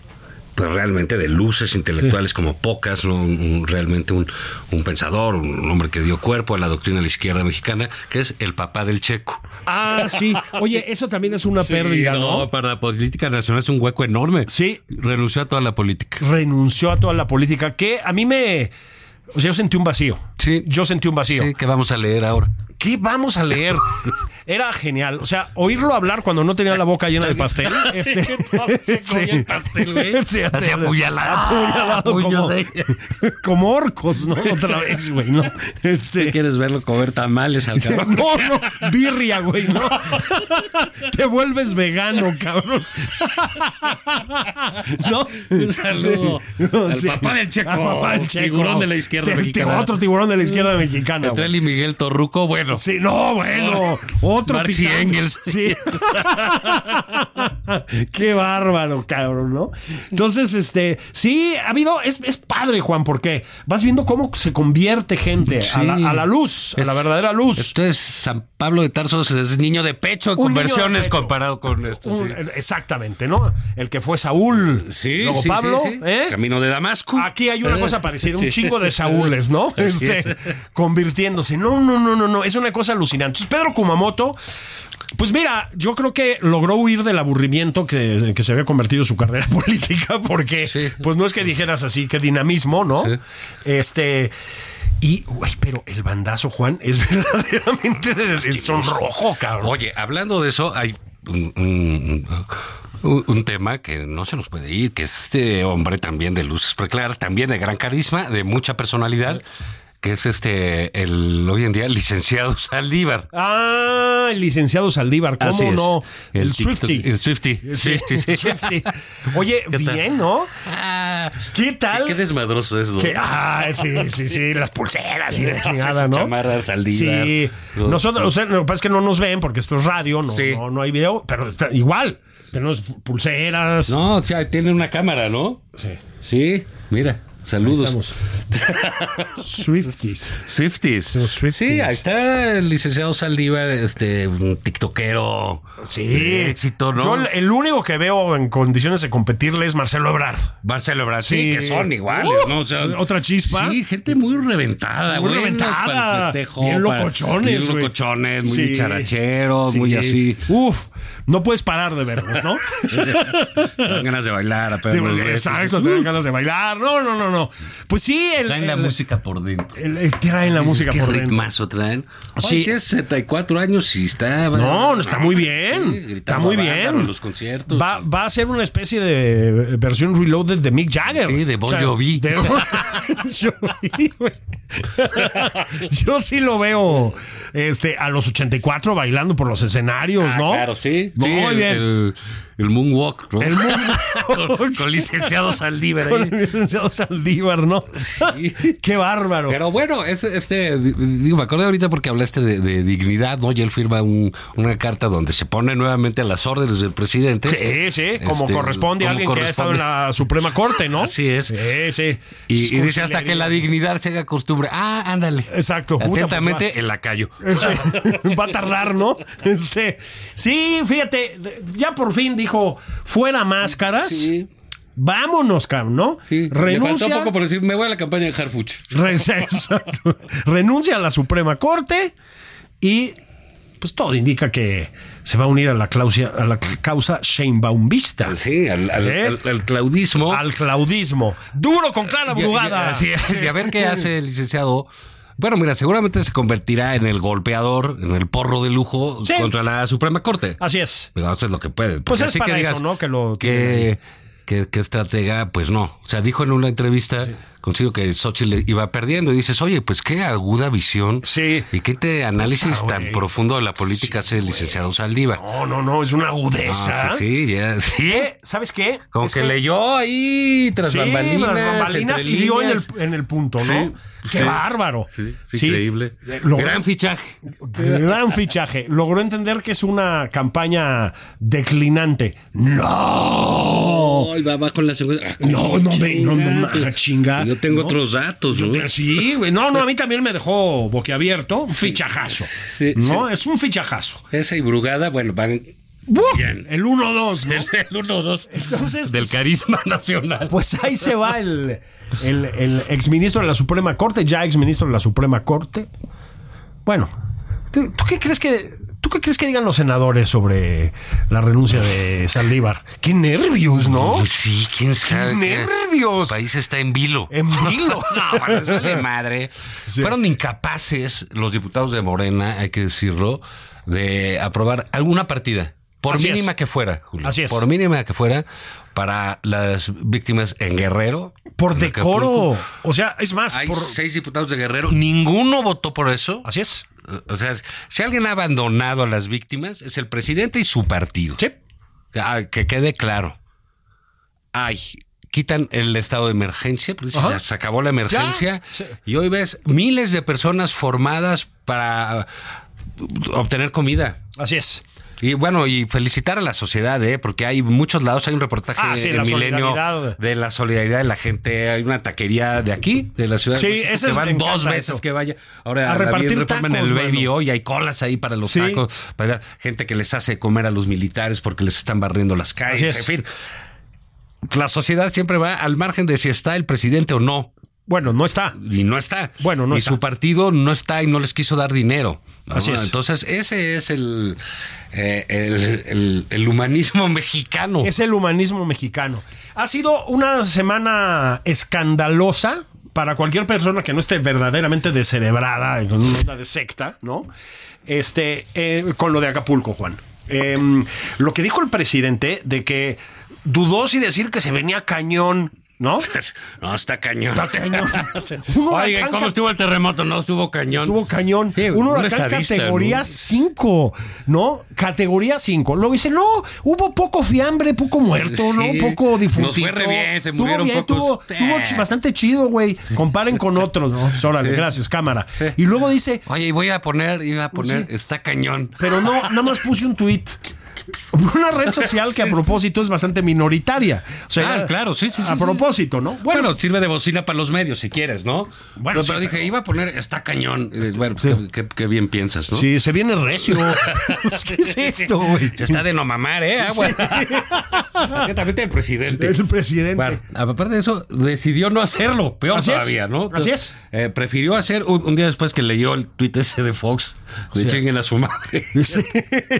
[SPEAKER 1] pues realmente de luces intelectuales como pocas, ¿no? Un- un- realmente un, un pensador, un hombre que dio cuerpo a la doctrina de la izquierda mexicana, que es el papá del checo.
[SPEAKER 2] Ah, sí. Oye, eso también es una pérdida, ¿no?
[SPEAKER 1] para la política nacional es un hueco enorme.
[SPEAKER 2] Sí.
[SPEAKER 1] Renunció a toda la política.
[SPEAKER 2] Renunció a toda la política, que a mí me... O sea, yo sentí un vacío.
[SPEAKER 1] Sí.
[SPEAKER 2] Yo sentí un vacío.
[SPEAKER 1] Sí, que vamos a leer ahora.
[SPEAKER 2] ¿Qué vamos a leer? Era genial. O sea, oírlo hablar cuando no tenía la boca llena de pastel. Este, sí. Sí,
[SPEAKER 1] Así apuñalado.
[SPEAKER 2] apuñalado como,
[SPEAKER 1] Puños, eh.
[SPEAKER 2] como orcos, ¿no? Otra vez, güey, ¿no?
[SPEAKER 1] ¿Qué
[SPEAKER 2] Este,
[SPEAKER 1] quieres verlo comer tamales al cabrón?
[SPEAKER 2] no, no, birria, güey, ¿no? Te vuelves vegano, cabrón. ¿No?
[SPEAKER 1] Un saludo al
[SPEAKER 2] Sí.
[SPEAKER 1] papá del Checo,
[SPEAKER 2] Al papá del Checo.
[SPEAKER 1] tiburón de la izquierda
[SPEAKER 2] Te- te-
[SPEAKER 1] mexicana. Mm.
[SPEAKER 2] Otro tiburón de la izquierda mexicana. güey.
[SPEAKER 1] Entre él y Miguel Torruco, bueno.
[SPEAKER 2] Sí, no, bueno, otro
[SPEAKER 1] Marx y
[SPEAKER 2] titán.
[SPEAKER 1] Engels.
[SPEAKER 2] Sí. Qué bárbaro, cabrón, ¿no? Entonces, este, sí, ha habido, es, es padre, Juan, porque vas viendo cómo se convierte gente a, la,
[SPEAKER 1] Sí.
[SPEAKER 2] a la luz, a la
[SPEAKER 1] Es-
[SPEAKER 2] verdadera luz.
[SPEAKER 1] Esto es San Pablo de Tarso, es niño de pecho en
[SPEAKER 2] Un niño de
[SPEAKER 1] conversiones
[SPEAKER 2] pecho.
[SPEAKER 1] comparado con esto.
[SPEAKER 2] Un- eh,
[SPEAKER 1] sí.
[SPEAKER 2] Exactamente, ¿no? El que fue Saúl,
[SPEAKER 1] Sí,
[SPEAKER 2] luego
[SPEAKER 1] sí,
[SPEAKER 2] Pablo,
[SPEAKER 1] sí, sí.
[SPEAKER 2] ¿eh?
[SPEAKER 1] Camino de Damasco. Eh,
[SPEAKER 2] Aquí hay una cosa parecida, un chingo de Saúles, ¿no?
[SPEAKER 1] Así
[SPEAKER 2] Este,
[SPEAKER 1] es.
[SPEAKER 2] convirtiéndose. No, no, no, no, no. Es una cosa alucinante. Entonces, Pedro Kumamoto, pues mira, yo creo que logró huir del aburrimiento que, que se había convertido su carrera política, porque
[SPEAKER 1] Sí.
[SPEAKER 2] pues no es que dijeras así, que dinamismo, ¿no?
[SPEAKER 1] Sí.
[SPEAKER 2] Este. Y, güey, pero el bandazo, Juan, es verdaderamente de, de sonrojo, cabrón.
[SPEAKER 1] Oye, hablando de eso, hay un, un- un- un tema que no se nos puede ir, que es este hombre también de luces preclaras, también de gran carisma, de mucha
[SPEAKER 2] Eh.
[SPEAKER 1] personalidad, que es este, el hoy en día licenciado Saldívar.
[SPEAKER 2] Ah, el licenciado Saldívar, ¿cómo
[SPEAKER 1] Así es.
[SPEAKER 2] no? El,
[SPEAKER 1] TikTok-
[SPEAKER 2] Swifty.
[SPEAKER 1] El Swifty.
[SPEAKER 2] Sí,
[SPEAKER 1] Swifty, sí.
[SPEAKER 2] Swifty. Oye,
[SPEAKER 1] ¿Qué tal?
[SPEAKER 2] bien, ¿no?
[SPEAKER 1] Ah,
[SPEAKER 2] ¿Qué tal?
[SPEAKER 1] Qué desmadroso es, ¿no?
[SPEAKER 2] Que- ah, sí, sí, sí, las pulseras y la chingada,
[SPEAKER 1] Esas
[SPEAKER 2] ¿no?
[SPEAKER 1] chamarras al día.
[SPEAKER 2] Sí.
[SPEAKER 1] No.
[SPEAKER 2] Nosotros, o sea, lo que pasa es que no nos ven porque esto es radio, no,
[SPEAKER 1] Sí.
[SPEAKER 2] no, no hay video, pero está- igual. Tenemos pulseras.
[SPEAKER 1] No, o sea, tiene una cámara, ¿no?
[SPEAKER 2] Sí.
[SPEAKER 1] Sí, mira. Saludos.
[SPEAKER 2] Estamos. Swifties.
[SPEAKER 1] Swifties.
[SPEAKER 2] Los Swifties.
[SPEAKER 1] Sí, ahí está el licenciado Saldívar, este, un tiktokero.
[SPEAKER 2] Sí.
[SPEAKER 1] de éxito, ¿no?
[SPEAKER 2] Yo el- el único que veo en condiciones de competirle es Marcelo Ebrard.
[SPEAKER 1] Marcelo Ebrard, sí,
[SPEAKER 2] Sí.
[SPEAKER 1] que son iguales,
[SPEAKER 2] Uh,
[SPEAKER 1] ¿no? O sea,
[SPEAKER 2] otra chispa.
[SPEAKER 1] Sí, gente muy reventada,
[SPEAKER 2] Muy
[SPEAKER 1] buenos
[SPEAKER 2] reventada.
[SPEAKER 1] para el festejo,
[SPEAKER 2] Bien
[SPEAKER 1] para-
[SPEAKER 2] locochones,
[SPEAKER 1] Bien
[SPEAKER 2] güey.
[SPEAKER 1] locochones, muy
[SPEAKER 2] Sí.
[SPEAKER 1] dicharacheros, muy
[SPEAKER 2] Sí.
[SPEAKER 1] así.
[SPEAKER 2] Uf, no puedes parar de verlos, ¿no?
[SPEAKER 1] Dan ganas de bailar, a
[SPEAKER 2] Te-
[SPEAKER 1] pegar los besos. Uh.
[SPEAKER 2] exacto, te dan ganas de bailar. No, no, no, no. Pues sí, el,
[SPEAKER 1] Traen la
[SPEAKER 2] el-
[SPEAKER 1] música por dentro.
[SPEAKER 2] el- el- traen la
[SPEAKER 1] Dices,
[SPEAKER 2] música
[SPEAKER 1] ¿qué
[SPEAKER 2] por dentro.
[SPEAKER 1] ritmazo traen? Oye,
[SPEAKER 2] Sí.
[SPEAKER 1] Tienes 64 años y está...
[SPEAKER 2] No, no, está muy bien.
[SPEAKER 1] Sí,
[SPEAKER 2] está
[SPEAKER 1] gritando
[SPEAKER 2] muy
[SPEAKER 1] a bárbaro
[SPEAKER 2] bien.
[SPEAKER 1] en los conciertos.
[SPEAKER 2] Va, va a ser una especie de eh, versión reloaded de Mick Jagger.
[SPEAKER 1] Sí, de Bon Jovi.
[SPEAKER 2] de- yo, güey. Yo sí lo veo este, a los 84 bailando por los escenarios,
[SPEAKER 1] Ah,
[SPEAKER 2] pues, ¿no?
[SPEAKER 1] Claro, sí.
[SPEAKER 2] Muy
[SPEAKER 1] sí, el,
[SPEAKER 2] bien.
[SPEAKER 1] El, el Moonwalk, ¿no?
[SPEAKER 2] El mundo.
[SPEAKER 1] con, con licenciado Saldívar
[SPEAKER 2] Con
[SPEAKER 1] ahí.
[SPEAKER 2] el licenciado Saldívar, ¿no?
[SPEAKER 1] Sí.
[SPEAKER 2] Qué bárbaro.
[SPEAKER 1] Pero bueno, es- este, di- digo, me acuerdo ahorita porque hablaste de, de dignidad, ¿no? Y él firma un- una carta donde se pone nuevamente a las órdenes del presidente.
[SPEAKER 2] Sí, sí, como
[SPEAKER 1] Este,
[SPEAKER 2] corresponde a
[SPEAKER 1] como
[SPEAKER 2] alguien que ha estado en
[SPEAKER 1] corresponde.
[SPEAKER 2] la Suprema Corte, ¿no?
[SPEAKER 1] Así es.
[SPEAKER 2] Sí, sí.
[SPEAKER 1] Y, y dice hasta que la dignidad se haga costumbre. Ah, ándale.
[SPEAKER 2] Exacto. Puta, pues,
[SPEAKER 1] Atentamente,
[SPEAKER 2] va.
[SPEAKER 1] el lacayo.
[SPEAKER 2] Sí, va a tardar, ¿no? Este, sí, fíjate, ya por fin dijo, fuera máscaras,
[SPEAKER 1] Sí,
[SPEAKER 2] vámonos, cabrón, ¿no?
[SPEAKER 1] sí. Le faltó
[SPEAKER 2] Renuncia,
[SPEAKER 1] un poco por decir, me voy a la campaña de Harfuch.
[SPEAKER 2] re- exacto. renuncia a la Suprema Corte y pues todo indica que se va a unir a la, clausia- a la causa Sheinbaumista.
[SPEAKER 1] Sí, al, al-
[SPEAKER 2] ¿Eh?
[SPEAKER 1] al- al claudismo.
[SPEAKER 2] Al claudismo. Duro con Clara
[SPEAKER 1] Y- y-
[SPEAKER 2] Brugada.
[SPEAKER 1] así es, y a ver qué hace el licenciado. Bueno, mira, seguramente se convertirá en el golpeador, en el porro de lujo
[SPEAKER 2] Sí.
[SPEAKER 1] contra la Suprema Corte.
[SPEAKER 2] Así es.
[SPEAKER 1] Pero eso es lo que puede.
[SPEAKER 2] Pues
[SPEAKER 1] Porque
[SPEAKER 2] es
[SPEAKER 1] así
[SPEAKER 2] para eso, ¿no? Que lo tienen
[SPEAKER 1] que, que- que estratega, pues no. O sea, dijo en una entrevista consigo que Xochitl iba perdiendo. Y dices, oye, pues qué aguda visión.
[SPEAKER 2] Sí.
[SPEAKER 1] Y qué te análisis
[SPEAKER 2] Puta,
[SPEAKER 1] tan
[SPEAKER 2] güey.
[SPEAKER 1] profundo de la política hace el licenciado Saldívar.
[SPEAKER 2] No, no, no, es una agudeza.
[SPEAKER 1] Ah, sí, sí, ya, sí.
[SPEAKER 2] ¿Eh? ¿Sabes qué?
[SPEAKER 1] Como
[SPEAKER 2] Es
[SPEAKER 1] que, leyó ahí tras
[SPEAKER 2] Sí,
[SPEAKER 1] bambalinas.
[SPEAKER 2] las bambalinas
[SPEAKER 1] entre
[SPEAKER 2] y dio en el,
[SPEAKER 1] líneas.
[SPEAKER 2] en el punto, ¿no?
[SPEAKER 1] Sí,
[SPEAKER 2] Qué
[SPEAKER 1] sí.
[SPEAKER 2] bárbaro.
[SPEAKER 1] Sí,
[SPEAKER 2] Sí.
[SPEAKER 1] Increíble.
[SPEAKER 2] Eh, logró-
[SPEAKER 1] Gran fichaje.
[SPEAKER 2] Gran fichaje. Logró entender que es una campaña declinante. ¡No!
[SPEAKER 1] Ay, va, va con la segunda. Ah,
[SPEAKER 2] No, no, ve- no, no, ma-
[SPEAKER 1] pues,
[SPEAKER 2] chinga.
[SPEAKER 1] Yo tengo
[SPEAKER 2] No.
[SPEAKER 1] otros datos, ¿no?
[SPEAKER 2] Sí, güey. No, no, a mí también me dejó boquiabierto. Un fichajazo.
[SPEAKER 1] Sí,
[SPEAKER 2] no, es un fichajazo.
[SPEAKER 1] Esa y Brugada, bueno, van
[SPEAKER 2] ¡Buah! El 1-2, ¿no?
[SPEAKER 1] el 1-2
[SPEAKER 2] Entonces,
[SPEAKER 1] del
[SPEAKER 2] pues-
[SPEAKER 1] carisma nacional.
[SPEAKER 2] Pues ahí se va el, el, el exministro de la Suprema Corte, ya exministro de la Suprema Corte. Bueno, ¿tú tú qué crees que tú qué crees que digan los senadores sobre la renuncia de Saldívar? Qué nervios, ¿no?
[SPEAKER 1] Pues sí, quién sabe.
[SPEAKER 2] ¡Qué
[SPEAKER 1] qué-
[SPEAKER 2] nervios!
[SPEAKER 1] El país está en vilo.
[SPEAKER 2] En vilo.
[SPEAKER 1] No, bueno, eso vale madre. Fueron incapaces los diputados de Morena, hay que decirlo, de aprobar alguna partida. Por
[SPEAKER 2] Así
[SPEAKER 1] mínima
[SPEAKER 2] es.
[SPEAKER 1] que fuera, Julio.
[SPEAKER 2] Así es.
[SPEAKER 1] Por mínima que fuera, para las víctimas en Guerrero.
[SPEAKER 2] Por
[SPEAKER 1] en
[SPEAKER 2] decoro.
[SPEAKER 1] Acapulco.
[SPEAKER 2] O sea, es más,
[SPEAKER 1] Hay
[SPEAKER 2] por-
[SPEAKER 1] seis diputados de Guerrero. Ninguno votó por eso.
[SPEAKER 2] así es.
[SPEAKER 1] O sea, si alguien ha abandonado a las víctimas, es el presidente y su partido.
[SPEAKER 2] Sí.
[SPEAKER 1] Ah, que quede claro. Ay, quitan el estado de emergencia, porque dices,
[SPEAKER 2] Ajá.
[SPEAKER 1] ya se acabó la emergencia.
[SPEAKER 2] Sí.
[SPEAKER 1] Y hoy ves miles de personas formadas para uh, obtener comida.
[SPEAKER 2] Así es.
[SPEAKER 1] Y bueno, y felicitar a la sociedad, ¿eh? porque hay muchos lados, hay un reportaje
[SPEAKER 2] Ah, sí,
[SPEAKER 1] en
[SPEAKER 2] la
[SPEAKER 1] Milenio
[SPEAKER 2] solidaridad.
[SPEAKER 1] de la solidaridad de la gente, hay una taquería de aquí, de la ciudad.
[SPEAKER 2] Sí,
[SPEAKER 1] de México,
[SPEAKER 2] esa
[SPEAKER 1] que
[SPEAKER 2] es- me
[SPEAKER 1] van dos
[SPEAKER 2] encanta
[SPEAKER 1] veces
[SPEAKER 2] eso.
[SPEAKER 1] que vaya. Ahora
[SPEAKER 2] A
[SPEAKER 1] la vi en
[SPEAKER 2] repartir
[SPEAKER 1] Reforma en el
[SPEAKER 2] tacos,
[SPEAKER 1] baby
[SPEAKER 2] mano.
[SPEAKER 1] hoy, hay colas ahí para los
[SPEAKER 2] Sí.
[SPEAKER 1] tacos, para dar- gente que les hace comer a los militares porque les están barriendo las
[SPEAKER 2] Así
[SPEAKER 1] calles,
[SPEAKER 2] es.
[SPEAKER 1] en fin. La sociedad siempre va al margen de si está el presidente o no
[SPEAKER 2] Bueno, no está.
[SPEAKER 1] y no está.
[SPEAKER 2] Bueno, no
[SPEAKER 1] y
[SPEAKER 2] está.
[SPEAKER 1] su partido no está y no les quiso dar dinero. ¿no?
[SPEAKER 2] Así es.
[SPEAKER 1] Entonces, ese es el, eh, el, el- el humanismo mexicano.
[SPEAKER 2] Es el humanismo mexicano. Ha sido una semana escandalosa para cualquier persona que no esté verdaderamente descerebrada, con una onda de secta, ¿no? Este, eh, con lo de Acapulco, Juan. Em, lo que dijo el presidente de que dudó si decir que se venía cañón, ¿no?
[SPEAKER 1] No, está cañón.
[SPEAKER 2] cañón. Un
[SPEAKER 1] Oye,
[SPEAKER 2] huracán
[SPEAKER 1] ¿cómo estuvo el terremoto? No, estuvo cañón.
[SPEAKER 2] Tuvo cañón.
[SPEAKER 1] Sí,
[SPEAKER 2] un
[SPEAKER 1] un
[SPEAKER 2] huracán
[SPEAKER 1] estadista,
[SPEAKER 2] categoría
[SPEAKER 1] ¿no?
[SPEAKER 2] 5, ¿no? Categoría 5. Luego dice, no, hubo poco fiambre, poco muerto,
[SPEAKER 1] Sí.
[SPEAKER 2] ¿no? Poco difunto.
[SPEAKER 1] Nos fue re bien, se
[SPEAKER 2] Estuvo
[SPEAKER 1] murieron
[SPEAKER 2] bien,
[SPEAKER 1] pocos.
[SPEAKER 2] Tuvo,
[SPEAKER 1] Eh.
[SPEAKER 2] tuvo ch- bastante chido, güey. Comparen con otros, ¿no? Pues, órale,
[SPEAKER 1] Sí.
[SPEAKER 2] gracias, cámara. Y luego dice,
[SPEAKER 1] Oye, y voy a poner, iba a poner, está cañón.
[SPEAKER 2] Pues pero no, nada más puse un tweet. Una red social que a propósito es bastante minoritaria. O sea,
[SPEAKER 1] Ah, claro, sí, sí, sí,
[SPEAKER 2] A
[SPEAKER 1] sí.
[SPEAKER 2] propósito, ¿no?
[SPEAKER 1] Bueno, sirve de bocina para los medios si quieres, ¿no?
[SPEAKER 2] Bueno,
[SPEAKER 1] Bueno, pero,
[SPEAKER 2] sí,
[SPEAKER 1] pero dije, iba a poner, está cañón. Eh, Bueno, pues, qué, qué- qué bien piensas, ¿no?
[SPEAKER 2] Sí, se viene recio. ¿Qué es esto, güey?
[SPEAKER 1] Se está de no mamar, ¿eh? Agua. Atentamente el presidente.
[SPEAKER 2] El presidente.
[SPEAKER 1] Bueno, aparte de eso, decidió no hacerlo. Peor
[SPEAKER 2] Así es.
[SPEAKER 1] todavía, ¿no?
[SPEAKER 2] Así es.
[SPEAKER 1] Eh, prefirió hacer un, un día después que leyó el tuit ese de Fox, de chinguen a su madre.
[SPEAKER 2] Sí,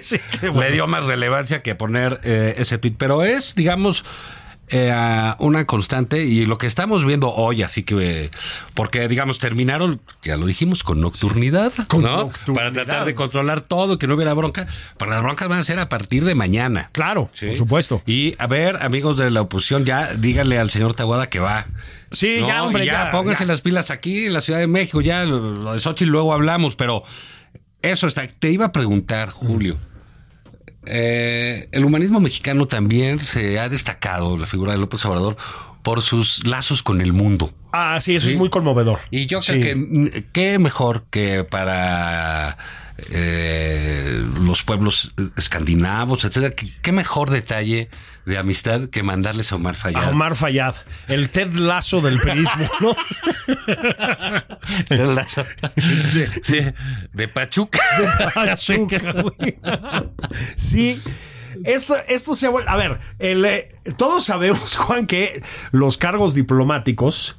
[SPEAKER 2] sí, qué bueno.
[SPEAKER 1] Le dio más relevancia que poner eh, ese tuit. Pero es, digamos, eh, a una constante y lo que estamos viendo hoy, así que, eh, porque, digamos, terminaron, ya lo dijimos, con nocturnidad,
[SPEAKER 2] Con
[SPEAKER 1] ¿no?
[SPEAKER 2] nocturnidad.
[SPEAKER 1] Para tratar de controlar todo, que no hubiera bronca. Pero las broncas van a ser a partir de mañana.
[SPEAKER 2] Claro,
[SPEAKER 1] Sí.
[SPEAKER 2] por supuesto.
[SPEAKER 1] Y a ver, amigos de la oposición, ya díganle al señor Taguada que va.
[SPEAKER 2] Sí,
[SPEAKER 1] No,
[SPEAKER 2] ya, hombre,
[SPEAKER 1] y
[SPEAKER 2] ya,
[SPEAKER 1] ya, pónganse
[SPEAKER 2] ya.
[SPEAKER 1] las pilas aquí en la Ciudad de México, ya lo lo de Sochi luego hablamos, pero eso está. Te iba a preguntar, Julio. eh, el humanismo mexicano también se ha destacado, la figura de López Obrador, por sus lazos con el mundo.
[SPEAKER 2] Ah, sí, eso es muy conmovedor.
[SPEAKER 1] Y yo
[SPEAKER 2] Sí.
[SPEAKER 1] creo que mm, qué mejor que para eh, los pueblos escandinavos, etcétera, qué qué mejor detalle de amistad que mandarles a Omar
[SPEAKER 2] A
[SPEAKER 1] Fayad.
[SPEAKER 2] Omar Fayad, el Ted Lazo del periodismo, ¿no?
[SPEAKER 1] Sí. Sí, De Pachuca.
[SPEAKER 2] Pachuca, güey. sí. Esto, esto se ha vuel- A ver, el, eh, todos sabemos, Juan, que los cargos diplomáticos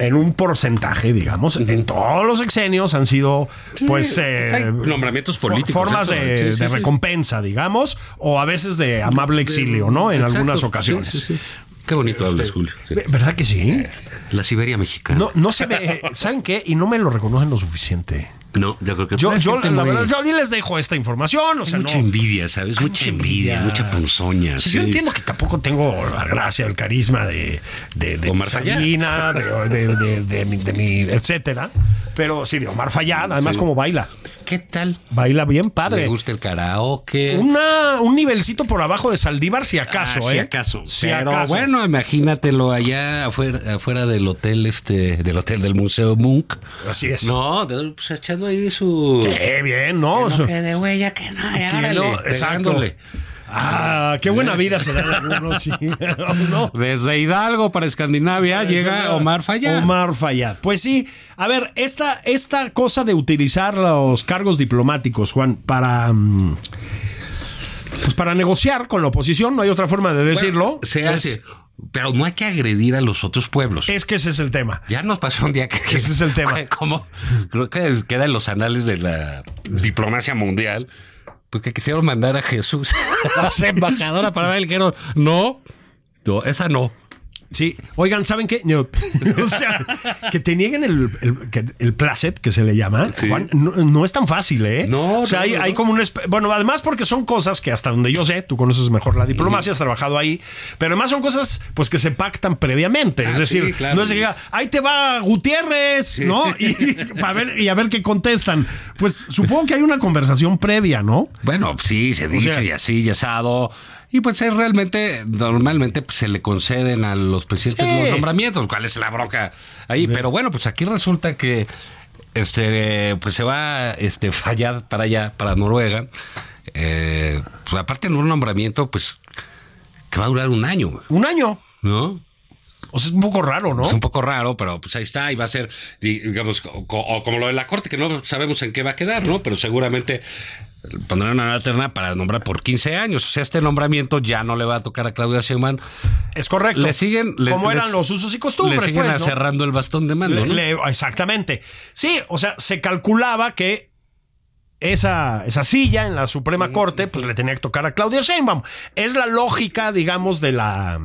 [SPEAKER 2] en un porcentaje, digamos, en todos los exenios han sido, pues, eh,
[SPEAKER 1] hay nombramientos
[SPEAKER 2] for-
[SPEAKER 1] políticos,
[SPEAKER 2] Formas
[SPEAKER 1] ¿cierto?
[SPEAKER 2] de,
[SPEAKER 1] Sí, sí,
[SPEAKER 2] de
[SPEAKER 1] sí.
[SPEAKER 2] recompensa, digamos, o a veces de amable exilio, ¿no? En
[SPEAKER 1] Exacto.
[SPEAKER 2] algunas
[SPEAKER 1] Sí,
[SPEAKER 2] ocasiones. Este,
[SPEAKER 1] sí, Eh, sí. Qué bonito hablas, Julio. Sí.
[SPEAKER 2] ¿Verdad que sí?
[SPEAKER 1] La Siberia mexicana.
[SPEAKER 2] No, no se me. ¿Saben qué? Y no me lo reconocen lo suficiente.
[SPEAKER 1] No, yo creo que este
[SPEAKER 2] Yo,
[SPEAKER 1] Es
[SPEAKER 2] yo,
[SPEAKER 1] gente
[SPEAKER 2] la
[SPEAKER 1] muy-
[SPEAKER 2] verdad, yo ni les dejo esta información. O sea,
[SPEAKER 1] mucha
[SPEAKER 2] no.
[SPEAKER 1] envidia, ¿sabes? Mucha envidia, mucha ponzoña.
[SPEAKER 2] Sí,
[SPEAKER 1] sí.
[SPEAKER 2] Yo entiendo que tampoco tengo la gracia, el carisma de, de, de
[SPEAKER 1] Omar
[SPEAKER 2] mi
[SPEAKER 1] Fayad.
[SPEAKER 2] Sabina, de, de, de- de mi, de mi- etcétera. Pero sí, de Omar Fayad, además, como baila.
[SPEAKER 1] ¿Qué tal?
[SPEAKER 2] Baila bien
[SPEAKER 1] ¿Le
[SPEAKER 2] padre.
[SPEAKER 1] gusta el karaoke?
[SPEAKER 2] Una, un nivelcito por abajo de Saldívar, si acaso,
[SPEAKER 1] Ah, Si
[SPEAKER 2] ¿eh?
[SPEAKER 1] acaso.
[SPEAKER 2] Si
[SPEAKER 1] Pero
[SPEAKER 2] acaso.
[SPEAKER 1] bueno, imagínatelo allá afuera, afuera del hotel, este, del hotel del Museo Munk.
[SPEAKER 2] Así es.
[SPEAKER 1] No, de- pues echando ahí su.
[SPEAKER 2] Qué bien, ¿no?
[SPEAKER 1] Que no quede huella, que no, ya,
[SPEAKER 2] Que
[SPEAKER 1] órale,
[SPEAKER 2] no, exacto.
[SPEAKER 1] pegándole.
[SPEAKER 2] Ah, qué buena vida se dan algunos, sí. No.
[SPEAKER 1] Desde Hidalgo para Escandinavia Ah, llega Omar Falla.
[SPEAKER 2] Omar Fayad. Pues sí, a ver, esta, esta cosa de utilizar los cargos diplomáticos, Juan, para. mm, Pues para negociar con la oposición, no hay otra forma de decirlo.
[SPEAKER 1] Se
[SPEAKER 2] Es-
[SPEAKER 1] hace. Pero no hay que agredir a los otros pueblos.
[SPEAKER 2] Es que ese es el tema.
[SPEAKER 1] Ya nos pasó un día que.
[SPEAKER 2] Ese es el tema.
[SPEAKER 1] Como, creo que queda en los anales de la diplomacia mundial. Pues que quisieron mandar a Jesús a ser embajadora para ver. y Dijeron, no, no, esa no.
[SPEAKER 2] Sí, oigan, ¿saben qué? No. o sea, que te nieguen el, el, que- el placet, que se le llama, Juan, no, no es tan fácil, ¿eh?
[SPEAKER 1] No,
[SPEAKER 2] o sea,
[SPEAKER 1] no,
[SPEAKER 2] hay,
[SPEAKER 1] no,
[SPEAKER 2] hay
[SPEAKER 1] no.
[SPEAKER 2] como un... espe- Bueno, además porque son cosas que hasta donde yo sé, tú conoces mejor la diplomacia, has trabajado ahí, pero además son cosas pues que se pactan previamente, es
[SPEAKER 1] Ah,
[SPEAKER 2] decir,
[SPEAKER 1] sí, claro.
[SPEAKER 2] no es que diga, ahí te va Gutiérrez, ¿no? Y, para ver, y a ver qué contestan. Pues supongo que hay una conversación previa, ¿no?
[SPEAKER 1] Bueno, sí, se dice
[SPEAKER 2] sea-
[SPEAKER 1] y así, y asado. Y pues es realmente, normalmente pues, se le conceden a los presidentes
[SPEAKER 2] Sí.
[SPEAKER 1] los nombramientos, cuál es la bronca ahí. Pero bueno, pues aquí resulta que este pues se va este fallar para allá, para Noruega. Eh, pues aparte en un nombramiento, pues, que va a durar un año,
[SPEAKER 2] Un año.
[SPEAKER 1] ¿no?
[SPEAKER 2] O sea, es un poco raro, ¿no?
[SPEAKER 1] Es un poco raro, pero pues ahí está, y va a ser, di- digamos, co- co- o como lo de la corte, que no sabemos en qué va a quedar, ¿no? Pero seguramente pondrán una nueva terna para nombrar por 15 años. O sea, este nombramiento ya no le va a tocar a Claudia Sheinbaum.
[SPEAKER 2] Es correcto.
[SPEAKER 1] Le siguen... le-
[SPEAKER 2] como eran
[SPEAKER 1] les-
[SPEAKER 2] los usos y costumbres,
[SPEAKER 1] Le siguen
[SPEAKER 2] pues, ¿no?
[SPEAKER 1] cerrando el bastón de mando, ¿no?
[SPEAKER 2] Le- le- exactamente. Sí, o sea, se calculaba que esa, esa silla en la Suprema Corte, pues le tenía que tocar a Claudia Sheinbaum. Es la lógica, digamos, de la.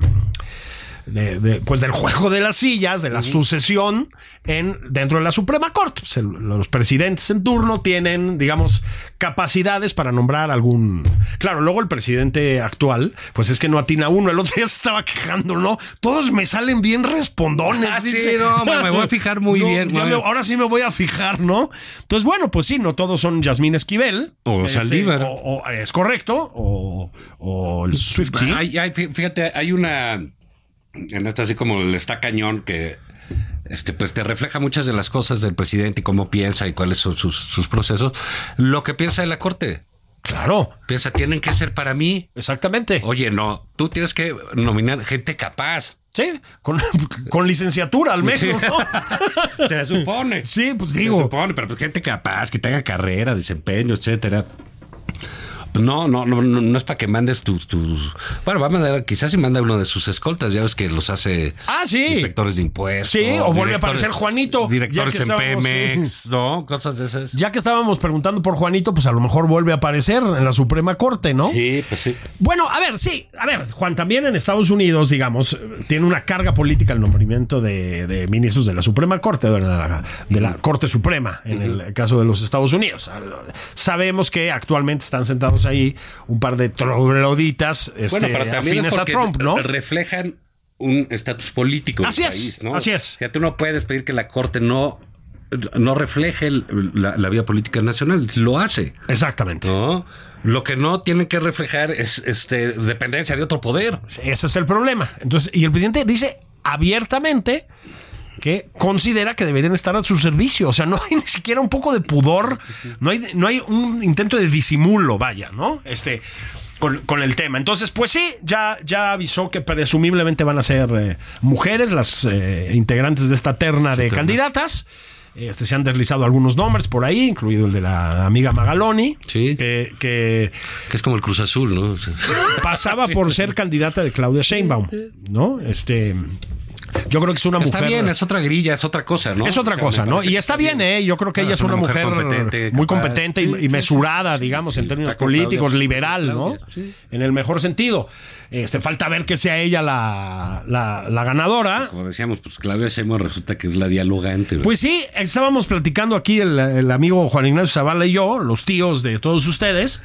[SPEAKER 2] de- de- pues del juego de las sillas, de la sucesión en, dentro de la Suprema Corte. Pues, el- los presidentes en turno tienen, digamos, capacidades para nombrar algún. Claro, luego el presidente actual, pues es que no atina uno. El otro día se estaba quejando, ¿no? Todos me salen bien respondones.
[SPEAKER 1] Ah, sí, no, hombre, me voy a fijar muy bien,
[SPEAKER 2] ya
[SPEAKER 1] güey.
[SPEAKER 2] me- ahora sí me voy a fijar, ¿no? Entonces, bueno, pues sí, no todos son Yasmín Esquivel. Este,
[SPEAKER 1] O Saldívar.
[SPEAKER 2] o- o- es correcto. O, o el Swifty.
[SPEAKER 1] Hay, hay- fí- fíjate, hay una. En esto, así como el está cañón, que este, pues te refleja muchas de las cosas del presidente y cómo piensa y cuáles son sus, sus procesos. Lo que piensa de la corte.
[SPEAKER 2] Claro,
[SPEAKER 1] Piensa, tienen que ser para mí.
[SPEAKER 2] exactamente.
[SPEAKER 1] Oye, no, tú tienes que nominar gente capaz.
[SPEAKER 2] Sí, con, con licenciatura al menos, ¿no?
[SPEAKER 1] Se supone.
[SPEAKER 2] Sí, pues
[SPEAKER 1] Se
[SPEAKER 2] digo.
[SPEAKER 1] supone, pero pues gente capaz, que tenga carrera, desempeño, etcétera. No, no, no, no, no es para que mandes tus, tus. Bueno, va a mandar, quizás si manda uno de sus escoltas, ya ves que los hace.
[SPEAKER 2] Ah, sí.
[SPEAKER 1] Inspectores de impuestos.
[SPEAKER 2] Sí, o vuelve
[SPEAKER 1] directores-
[SPEAKER 2] a aparecer Juanito,
[SPEAKER 1] Directores
[SPEAKER 2] ya
[SPEAKER 1] en
[SPEAKER 2] que estábamos,
[SPEAKER 1] Pemex, ¿no? Cosas de esas.
[SPEAKER 2] Ya que estábamos preguntando por Juanito, pues a lo mejor vuelve a aparecer en la Suprema Corte, ¿no?
[SPEAKER 1] Sí, pues sí.
[SPEAKER 2] Bueno, a ver, sí, a ver, Juan, también en Estados Unidos, digamos, eh, tiene una carga política el nombramiento de, de ministros de la Suprema Corte, de la, de la Corte Suprema, en el caso de los Estados Unidos. Sabemos que actualmente están sentados ahí un par de trogloditas este,
[SPEAKER 1] Bueno, pero también es
[SPEAKER 2] afines a
[SPEAKER 1] porque
[SPEAKER 2] Trump, ¿no?
[SPEAKER 1] reflejan un estatus político. del
[SPEAKER 2] Así es,
[SPEAKER 1] país, ¿no?
[SPEAKER 2] así es.
[SPEAKER 1] O sea, tú no puedes pedir que la Corte no, no refleje el- la, la vía política nacional. Lo hace,
[SPEAKER 2] Exactamente.
[SPEAKER 1] ¿no? Lo que no tienen que reflejar es este, dependencia de otro poder.
[SPEAKER 2] pues, Ese es el problema. Entonces, y el presidente dice abiertamente que considera que deberían estar a su servicio. O sea, no hay ni siquiera un poco de pudor, no hay, no hay un intento de disimulo, vaya, ¿no? Este. Con, con el tema. Entonces, pues sí, ya, ya avisó que presumiblemente van a ser eh, mujeres las eh, integrantes de esta terna de candidatas. Este, se han deslizado algunos nombres por ahí, incluido el de la amiga Magaloni,
[SPEAKER 1] Sí.
[SPEAKER 2] que- que
[SPEAKER 1] Que es como el Cruz Azul, ¿no? O sea,
[SPEAKER 2] pasaba por ser candidata de Claudia Sheinbaum, ¿no? Este Yo creo que es una
[SPEAKER 1] Está
[SPEAKER 2] mujer.
[SPEAKER 1] bien, es otra grilla, es otra cosa, ¿no?
[SPEAKER 2] Es otra
[SPEAKER 1] O sea,
[SPEAKER 2] cosa,
[SPEAKER 1] me
[SPEAKER 2] ¿no?
[SPEAKER 1] parece
[SPEAKER 2] Y
[SPEAKER 1] que
[SPEAKER 2] está bien, ¿eh? Yo creo que
[SPEAKER 1] Claro,
[SPEAKER 2] ella es una mujer, muy
[SPEAKER 1] capaz.
[SPEAKER 2] competente
[SPEAKER 1] Sí,
[SPEAKER 2] y,
[SPEAKER 1] sí,
[SPEAKER 2] y
[SPEAKER 1] sí,
[SPEAKER 2] mesurada,
[SPEAKER 1] sí,
[SPEAKER 2] digamos,
[SPEAKER 1] sí,
[SPEAKER 2] en términos
[SPEAKER 1] está con
[SPEAKER 2] políticos,
[SPEAKER 1] Claudia,
[SPEAKER 2] liberal,
[SPEAKER 1] con
[SPEAKER 2] ¿no?
[SPEAKER 1] Claudia, sí.
[SPEAKER 2] En el mejor sentido. Este, falta ver que sea ella la, la- la ganadora.
[SPEAKER 1] Como decíamos, pues Claudia Sheinbaum resulta que es la dialogante. ¿verdad?
[SPEAKER 2] Pues sí, estábamos platicando aquí el, el amigo Juan Ignacio Zavala y yo, los tíos de todos ustedes,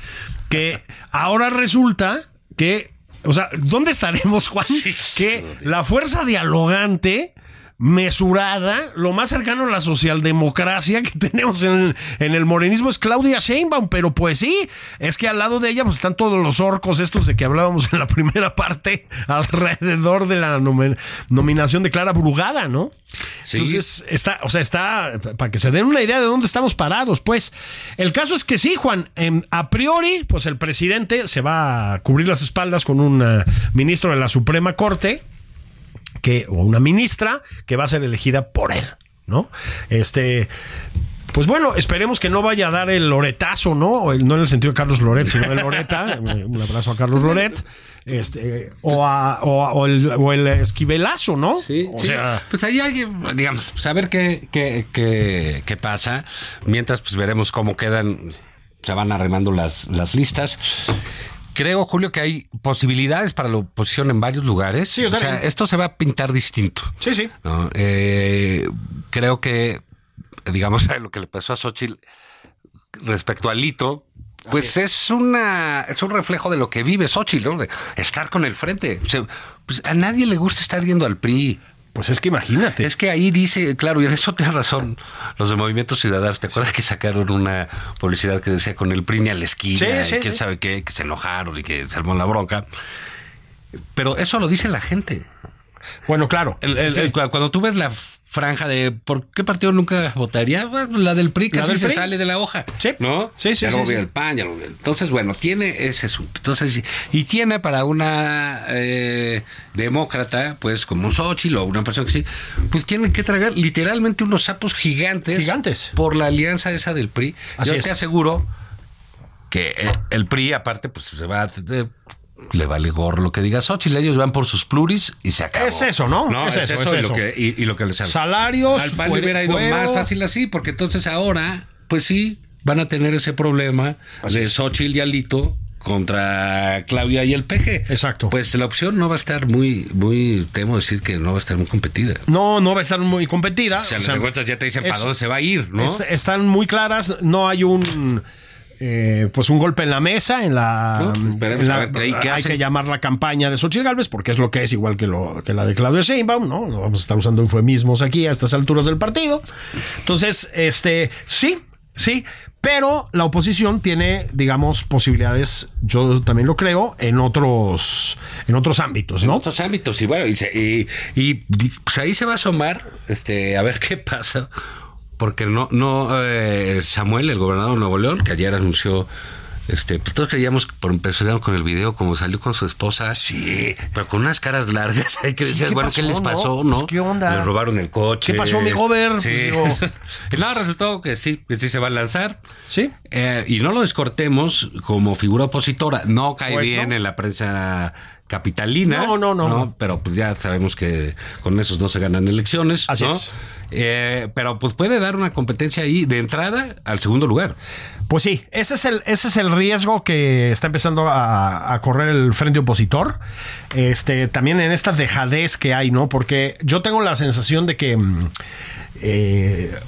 [SPEAKER 2] que ahora resulta que, o sea, ¿dónde estaremos, Juan? Que la fuerza dialogante mesurada, lo más cercano a la socialdemocracia que tenemos en el, en el morenismo es Claudia Sheinbaum, pero pues sí, es que al lado de ella pues están todos los orcos estos de que hablábamos en la primera parte alrededor de la nomen- nominación de Clara Brugada, ¿no?
[SPEAKER 1] Sí.
[SPEAKER 2] Entonces, está, o sea, está, para que se den una idea de dónde estamos parados, pues. El caso es que sí, Juan, em, a priori, pues el presidente se va a cubrir las espaldas con un eh, ministro de la Suprema Corte, que, o una ministra, que va a ser elegida por él, ¿no? Este. Pues bueno, esperemos que no vaya a dar el Loretazo, ¿no? O el- no en el sentido de Carlos Loret, sino de Loreta. Un abrazo a Carlos Loret. Este, o, a- o a- o el, o el esquivelazo, ¿no?
[SPEAKER 1] Sí,
[SPEAKER 2] o
[SPEAKER 1] sí.
[SPEAKER 2] sea,
[SPEAKER 1] pues ahí hay, digamos, pues a ver qué, qué, qué, qué pasa. Mientras, pues veremos cómo quedan, se van arremando las, las listas. Creo, Julio, que hay posibilidades para la oposición en varios lugares.
[SPEAKER 2] Sí, yo
[SPEAKER 1] o sea,
[SPEAKER 2] también.
[SPEAKER 1] esto se va a pintar distinto.
[SPEAKER 2] sí, sí.
[SPEAKER 1] ¿no? Eh, creo que, digamos, lo que le pasó a Xochitl respecto a Lito, pues es una es un reflejo de lo que vive Xochitl, ¿no? De estar con el frente. O sea, pues a nadie le gusta estar yendo al PRI.
[SPEAKER 2] Pues es que imagínate.
[SPEAKER 1] Es que ahí dice, claro, y en eso tienes razón, los de Movimiento Ciudadanos, ¿te acuerdas que sacaron una publicidad que decía con el PRI ni a la esquina?
[SPEAKER 2] Sí,
[SPEAKER 1] y
[SPEAKER 2] sí,
[SPEAKER 1] quién
[SPEAKER 2] sí.
[SPEAKER 1] sabe qué, que se enojaron y que se armó la bronca. Pero eso lo dice la gente.
[SPEAKER 2] Bueno, claro.
[SPEAKER 1] El- el-
[SPEAKER 2] Sí.
[SPEAKER 1] el- cu- cuando tú ves la franja de por qué partido nunca votaría, Pues, la del PRI
[SPEAKER 2] La
[SPEAKER 1] casi
[SPEAKER 2] del
[SPEAKER 1] se
[SPEAKER 2] PRI.
[SPEAKER 1] sale de la hoja.
[SPEAKER 2] Sí.
[SPEAKER 1] ¿No?
[SPEAKER 2] Sí, sí,
[SPEAKER 1] Ya
[SPEAKER 2] sí,
[SPEAKER 1] lo vio
[SPEAKER 2] sí.
[SPEAKER 1] el PAN, ya lo vio. Entonces, bueno, tiene ese asunto. Entonces, y tiene para una eh, demócrata, pues como un Xochitl o una persona que sí, pues tienen que tragar literalmente unos sapos gigantes.
[SPEAKER 2] Gigantes.
[SPEAKER 1] Por la alianza esa del PRI.
[SPEAKER 2] Así
[SPEAKER 1] Yo
[SPEAKER 2] es.
[SPEAKER 1] te aseguro que eh, el PRI, aparte, pues se va a. eh, le vale gorro lo que diga Xochitl. Ellos van por sus pluris y se acabó.
[SPEAKER 2] Es eso, ¿no?
[SPEAKER 1] es, eso, y, Lo que, y, y lo que les sale.
[SPEAKER 2] Salarios,
[SPEAKER 1] Al PAN
[SPEAKER 2] fuere-
[SPEAKER 1] le hubiera ido
[SPEAKER 2] fuero.
[SPEAKER 1] más fácil así, porque entonces ahora, pues sí, van a tener ese problema de Xochitl y Alito contra Claudia y el PG.
[SPEAKER 2] Exacto.
[SPEAKER 1] Pues la opción no va a estar muy, muy, temo decir que no va a estar muy competida.
[SPEAKER 2] No, no va a estar muy competida.
[SPEAKER 1] O sea,
[SPEAKER 2] O
[SPEAKER 1] las
[SPEAKER 2] sea,
[SPEAKER 1] encuestas ya te dicen para
[SPEAKER 2] es-
[SPEAKER 1] dónde se va a ir, ¿no?
[SPEAKER 2] es- están muy claras, no hay un eh, pues un golpe en la mesa en la,
[SPEAKER 1] No, pues esperemos
[SPEAKER 2] en la-
[SPEAKER 1] a ver qué- ahí qué
[SPEAKER 2] hay
[SPEAKER 1] hacen.
[SPEAKER 2] que llamar la campaña de Xochitl Galvez porque es lo que es igual que lo que la de Claudia Sheinbaum no no vamos a estar usando eufemismos aquí a estas alturas del partido entonces este sí sí pero la oposición tiene digamos posibilidades yo también lo creo en otros en otros ámbitos no
[SPEAKER 1] otros ámbitos. Y bueno, y, se- y- y, di- pues ahí se va a asomar este, a ver qué pasa. Porque no, no, eh, Samuel, el gobernador de Nuevo León, que ayer anunció. Este, pues todos creíamos que por empezar con el video, como salió con su esposa. Sí. Pero con unas caras largas. Hay que
[SPEAKER 2] Sí,
[SPEAKER 1] decir,
[SPEAKER 2] ¿qué
[SPEAKER 1] bueno,
[SPEAKER 2] pasó,
[SPEAKER 1] ¿qué les
[SPEAKER 2] no?
[SPEAKER 1] pasó?
[SPEAKER 2] Pues,
[SPEAKER 1] ¿No?
[SPEAKER 2] ¿qué onda?
[SPEAKER 1] Le robaron el coche.
[SPEAKER 2] ¿Qué pasó, mi gober?
[SPEAKER 1] Sí.
[SPEAKER 2] Pues, digo-
[SPEAKER 1] no, resultó que sí, que sí se va a lanzar.
[SPEAKER 2] sí
[SPEAKER 1] Eh, y no lo descortemos como figura opositora. No cae
[SPEAKER 2] Pues
[SPEAKER 1] bien
[SPEAKER 2] no.
[SPEAKER 1] en la prensa capitalina.
[SPEAKER 2] No, no, no, no.
[SPEAKER 1] Pero pues ya sabemos que con esos no se ganan elecciones.
[SPEAKER 2] Así
[SPEAKER 1] ¿no?
[SPEAKER 2] es.
[SPEAKER 1] Eh, pero pues puede dar una competencia ahí de entrada al segundo lugar.
[SPEAKER 2] Pues sí, ese es el, ese es el riesgo que está empezando a, a correr el frente opositor. Este, también en esta dejadez que hay, ¿no? Porque yo tengo la sensación de que. mm, eh,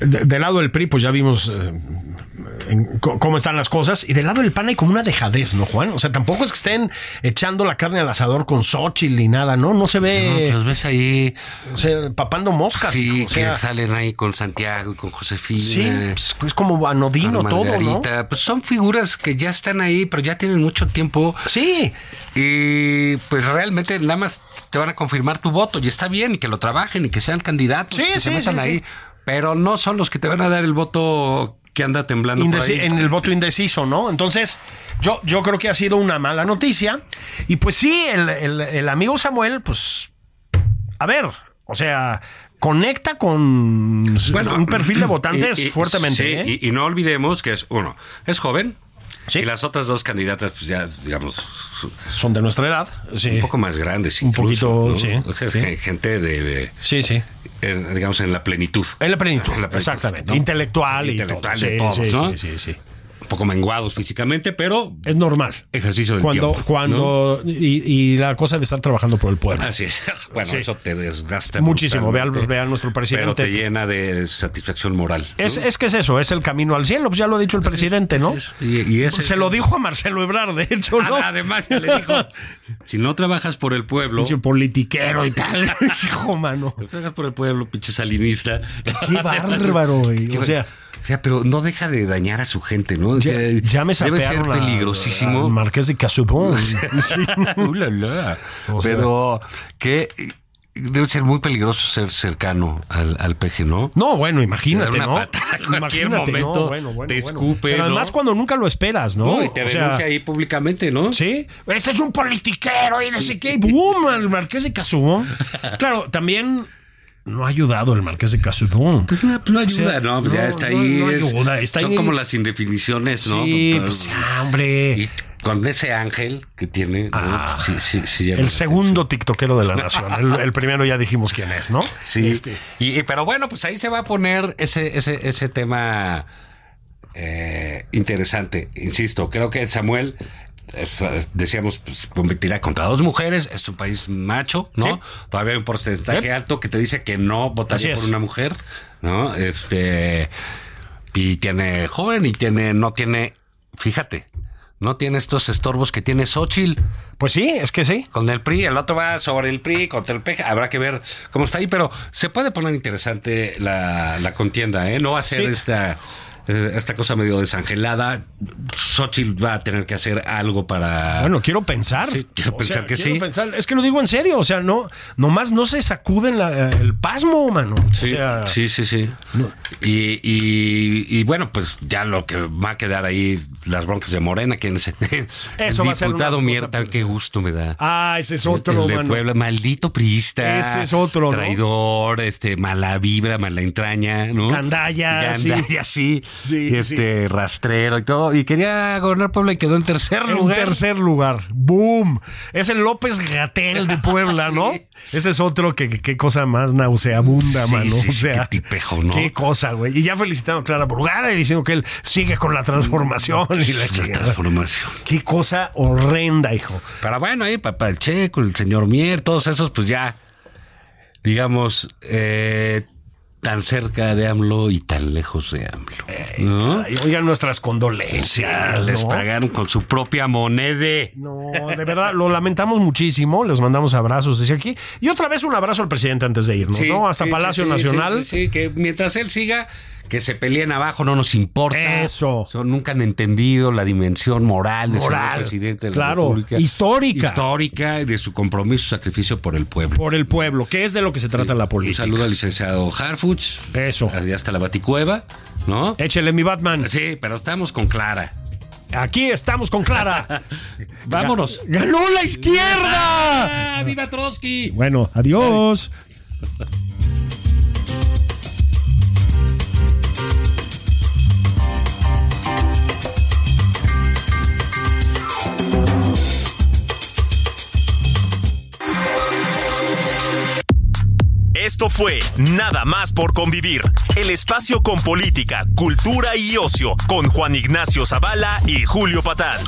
[SPEAKER 2] de- del lado del PRI, pues ya vimos eh, en co- cómo están las cosas. Y del lado del PAN hay como una dejadez, ¿no, Juan? O sea, tampoco es que estén echando la carne al asador con Xochitl y nada, ¿no? No se ve
[SPEAKER 1] pues, Los ves ahí,
[SPEAKER 2] o sea, papando moscas.
[SPEAKER 1] pues, sí,
[SPEAKER 2] o sea,
[SPEAKER 1] que salen ahí con Santiago y con Josefina.
[SPEAKER 2] sí, pues, es como anodino
[SPEAKER 1] con
[SPEAKER 2] todo, ¿no?
[SPEAKER 1] Margarita. Pues son figuras que ya están ahí, pero ya tienen mucho tiempo.
[SPEAKER 2] Sí,
[SPEAKER 1] Y pues realmente nada más te van a confirmar tu voto y está bien y que lo trabajen y que sean candidatos,
[SPEAKER 2] Sí,
[SPEAKER 1] que se
[SPEAKER 2] sí,
[SPEAKER 1] metan
[SPEAKER 2] sí,
[SPEAKER 1] ahí,
[SPEAKER 2] sí.
[SPEAKER 1] pero no son los que te van a dar el voto que anda temblando por
[SPEAKER 2] Indeci-
[SPEAKER 1] ahí.
[SPEAKER 2] en el voto indeciso, ¿no? Entonces, yo, yo creo que ha sido una mala noticia. Y pues sí, el, el- el amigo Samuel, pues, a ver, o sea, conecta con s-
[SPEAKER 1] Bueno,
[SPEAKER 2] un perfil de votantes
[SPEAKER 1] y- y-
[SPEAKER 2] fuertemente.
[SPEAKER 1] sí,
[SPEAKER 2] ¿eh?
[SPEAKER 1] y, y no olvidemos que es uno, es joven.
[SPEAKER 2] Sí.
[SPEAKER 1] Y las otras dos candidatas, pues ya, digamos,
[SPEAKER 2] Son de nuestra edad. Sí.
[SPEAKER 1] un poco más grandes.
[SPEAKER 2] Un
[SPEAKER 1] incluso,
[SPEAKER 2] poquito,
[SPEAKER 1] ¿no?
[SPEAKER 2] sí,
[SPEAKER 1] O sea,
[SPEAKER 2] sí.
[SPEAKER 1] gen- gente de, de-
[SPEAKER 2] Sí, sí.
[SPEAKER 1] en- digamos, en la plenitud.
[SPEAKER 2] En la plenitud,
[SPEAKER 1] En la plenitud,
[SPEAKER 2] exactamente.
[SPEAKER 1] ¿no?
[SPEAKER 2] Intelectual y
[SPEAKER 1] Intelectual
[SPEAKER 2] todo.
[SPEAKER 1] de todos,
[SPEAKER 2] sí,
[SPEAKER 1] ¿no?
[SPEAKER 2] sí, sí, sí.
[SPEAKER 1] Un poco menguados físicamente, pero
[SPEAKER 2] Es normal.
[SPEAKER 1] ejercicio del
[SPEAKER 2] Cuando,
[SPEAKER 1] tiempo, ¿no?
[SPEAKER 2] cuando, y, y la cosa de estar trabajando por el pueblo.
[SPEAKER 1] Así es. Bueno,
[SPEAKER 2] Sí.
[SPEAKER 1] eso te desgasta
[SPEAKER 2] Muchísimo. Ve al-
[SPEAKER 1] brutalmente,
[SPEAKER 2] ve a nuestro
[SPEAKER 1] Pero
[SPEAKER 2] presidente.
[SPEAKER 1] te llena de satisfacción moral. ¿no?
[SPEAKER 2] Es, es que es eso, es el camino al cielo, pues ya lo ha dicho el presidente, ¿no?
[SPEAKER 1] Así es. Y, y ese-
[SPEAKER 2] Se lo dijo a Marcelo Ebrard, de hecho, ¿no?
[SPEAKER 1] Ah, Además, ya le dijo: si no trabajas por el pueblo,
[SPEAKER 2] Pinche politiquero y tal. Hijo, mano.
[SPEAKER 1] no trabajas por el pueblo, pinche salinista.
[SPEAKER 2] Qué bárbaro, güey. O
[SPEAKER 1] Qué
[SPEAKER 2] sea,
[SPEAKER 1] bueno. O sea, pero no deja de dañar a su gente, ¿no? O
[SPEAKER 2] ya,
[SPEAKER 1] sea,
[SPEAKER 2] ya me
[SPEAKER 1] Debe
[SPEAKER 2] sapearon
[SPEAKER 1] ser
[SPEAKER 2] a- al
[SPEAKER 1] peligrosísimo.
[SPEAKER 2] Marqués de Casubón. Sí.
[SPEAKER 1] Uh, la, la.
[SPEAKER 2] O sea-
[SPEAKER 1] pero que eh, debe ser muy peligroso ser cercano al, al peje, ¿no?
[SPEAKER 2] No, bueno, imagínate,
[SPEAKER 1] Te da
[SPEAKER 2] ¿no?
[SPEAKER 1] una patada en cualquier momento, te escupe,
[SPEAKER 2] Pero
[SPEAKER 1] ¿no?
[SPEAKER 2] además cuando nunca lo esperas, ¿no?
[SPEAKER 1] No, y te
[SPEAKER 2] O sea,
[SPEAKER 1] denuncia ahí públicamente, ¿no?
[SPEAKER 2] Sí. Este es un politiquero y no sé qué. y ¡Boom! Al Marqués de Casubón. Claro, también no ha ayudado el Marqués de Casubón.
[SPEAKER 1] Pues no, pues no ayuda,
[SPEAKER 2] sea,
[SPEAKER 1] ¿no? Pues
[SPEAKER 2] no,
[SPEAKER 1] ya está
[SPEAKER 2] no,
[SPEAKER 1] ahí.
[SPEAKER 2] no
[SPEAKER 1] es-
[SPEAKER 2] ayuda, está
[SPEAKER 1] son
[SPEAKER 2] ahí.
[SPEAKER 1] como las indefiniciones, ¿no?
[SPEAKER 2] Sí,
[SPEAKER 1] Pero-
[SPEAKER 2] pues ya, hombre.
[SPEAKER 1] y con ese ángel que tiene. ¿no?
[SPEAKER 2] Ah,
[SPEAKER 1] sí, sí, sí, llama
[SPEAKER 2] El
[SPEAKER 1] la
[SPEAKER 2] segundo tiktokero de la nación. El, el primero ya dijimos quién es, ¿no?
[SPEAKER 1] Sí.
[SPEAKER 2] Este,
[SPEAKER 1] Y, y- pero bueno, pues ahí se va a poner ese, ese, ese tema eh, interesante. Insisto, creo que Samuel, eh, decíamos, pues, competirá contra dos mujeres. Es un país macho, ¿no? Todavía hay un porcentaje
[SPEAKER 2] Yep.
[SPEAKER 1] alto que te dice que no
[SPEAKER 2] Así
[SPEAKER 1] votaría
[SPEAKER 2] es.
[SPEAKER 1] por una mujer, ¿no? Este. Y tiene joven y tiene, no tiene, fíjate, no tiene estos estorbos que tiene Xochitl
[SPEAKER 2] Pues sí, es que sí.
[SPEAKER 1] con el PRI, el otro va sobre el PRI, contra el PEJ, habrá que ver cómo está ahí, pero se puede poner interesante la, la contienda, ¿eh? No va a ser
[SPEAKER 2] Sí.
[SPEAKER 1] esta, eh, esta cosa medio desangelada. Xochitl va a tener que hacer algo para...
[SPEAKER 2] Bueno, quiero pensar.
[SPEAKER 1] Sí, quiero pensar que
[SPEAKER 2] quiero
[SPEAKER 1] sí.
[SPEAKER 2] pensar. Es que lo digo en serio. O sea, no, nomás no se sacuden la- el pasmo, mano.
[SPEAKER 1] Sí,
[SPEAKER 2] o sea,
[SPEAKER 1] sí, sí, sí. Y, y- y bueno, pues ya lo que va a quedar ahí, las broncas de Morena, quien se...
[SPEAKER 2] Eso
[SPEAKER 1] el
[SPEAKER 2] va a ser una
[SPEAKER 1] diputado
[SPEAKER 2] cosa
[SPEAKER 1] Mierta, qué gusto me da.
[SPEAKER 2] Ah, ese es otro,
[SPEAKER 1] Este, el de
[SPEAKER 2] mano.
[SPEAKER 1] Puebla, maldito priista.
[SPEAKER 2] Ese es otro, ¿no?
[SPEAKER 1] Traidor, este, mala vibra, mala entraña, ¿no?
[SPEAKER 2] Gandalla, sí.
[SPEAKER 1] Gandalla, sí.
[SPEAKER 2] Sí,
[SPEAKER 1] Y este, rastrero y todo. Y quería gobernar Puebla y quedó en tercer
[SPEAKER 2] En
[SPEAKER 1] lugar.
[SPEAKER 2] tercer lugar. ¡Boom! Es el López Gatel de Puebla, ¿no? Ese es otro que, que- qué cosa más nauseabunda,
[SPEAKER 1] Sí,
[SPEAKER 2] mano.
[SPEAKER 1] sí,
[SPEAKER 2] o
[SPEAKER 1] sí,
[SPEAKER 2] sea,
[SPEAKER 1] qué tipejo, ¿no?
[SPEAKER 2] Qué cosa, güey. Y ya felicitando a Clara Burgada y diciendo que él sigue con la transformación y
[SPEAKER 1] Pues,
[SPEAKER 2] la
[SPEAKER 1] La
[SPEAKER 2] chingada.
[SPEAKER 1] transformación.
[SPEAKER 2] Qué cosa horrenda, hijo.
[SPEAKER 1] Pero bueno, ahí papá el Checo, el señor Mier, todos esos, pues ya, digamos, eh, tan cerca de AMLO y tan lejos de AMLO. ¿no?
[SPEAKER 2] Ay, Oigan nuestras
[SPEAKER 1] Ya
[SPEAKER 2] condolencias.
[SPEAKER 1] les
[SPEAKER 2] ¿no?
[SPEAKER 1] pagaron con su propia moneda.
[SPEAKER 2] No, de verdad, lo lamentamos muchísimo. Les mandamos abrazos desde aquí. Y otra vez un abrazo al presidente antes de irnos,
[SPEAKER 1] Sí,
[SPEAKER 2] ¿no? Hasta
[SPEAKER 1] sí,
[SPEAKER 2] Palacio
[SPEAKER 1] sí, sí,
[SPEAKER 2] Nacional.
[SPEAKER 1] Sí, sí, sí, que mientras él siga, que se peleen abajo, no nos importa.
[SPEAKER 2] Eso.
[SPEAKER 1] Son- nunca han entendido la dimensión moral de
[SPEAKER 2] Moral,
[SPEAKER 1] ser presidente de la
[SPEAKER 2] claro,
[SPEAKER 1] República.
[SPEAKER 2] histórica.
[SPEAKER 1] Histórica y de su compromiso, sacrificio por el pueblo.
[SPEAKER 2] Por el pueblo, que es de lo que se trata la
[SPEAKER 1] Un
[SPEAKER 2] política.
[SPEAKER 1] saludo al licenciado Harfuch.
[SPEAKER 2] Eso. Eh.
[SPEAKER 1] Allá hasta la Baticueva, ¿no?
[SPEAKER 2] Échele mi Batman.
[SPEAKER 1] Sí, pero estamos con Clara.
[SPEAKER 2] Aquí estamos con Clara.
[SPEAKER 1] Vámonos.
[SPEAKER 2] ¡Ganó la izquierda!
[SPEAKER 1] ¡Ah, ¡Viva Trotsky!
[SPEAKER 2] Bueno, adiós.
[SPEAKER 5] Esto fue Nada más por convivir, el espacio con política, cultura y ocio, con Juan Ignacio Zavala y Julio Patal.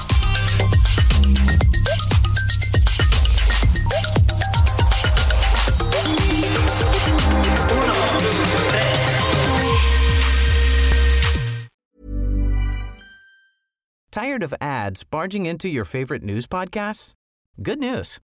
[SPEAKER 6] Tired of ads barging into your favorite news podcasts? Good news.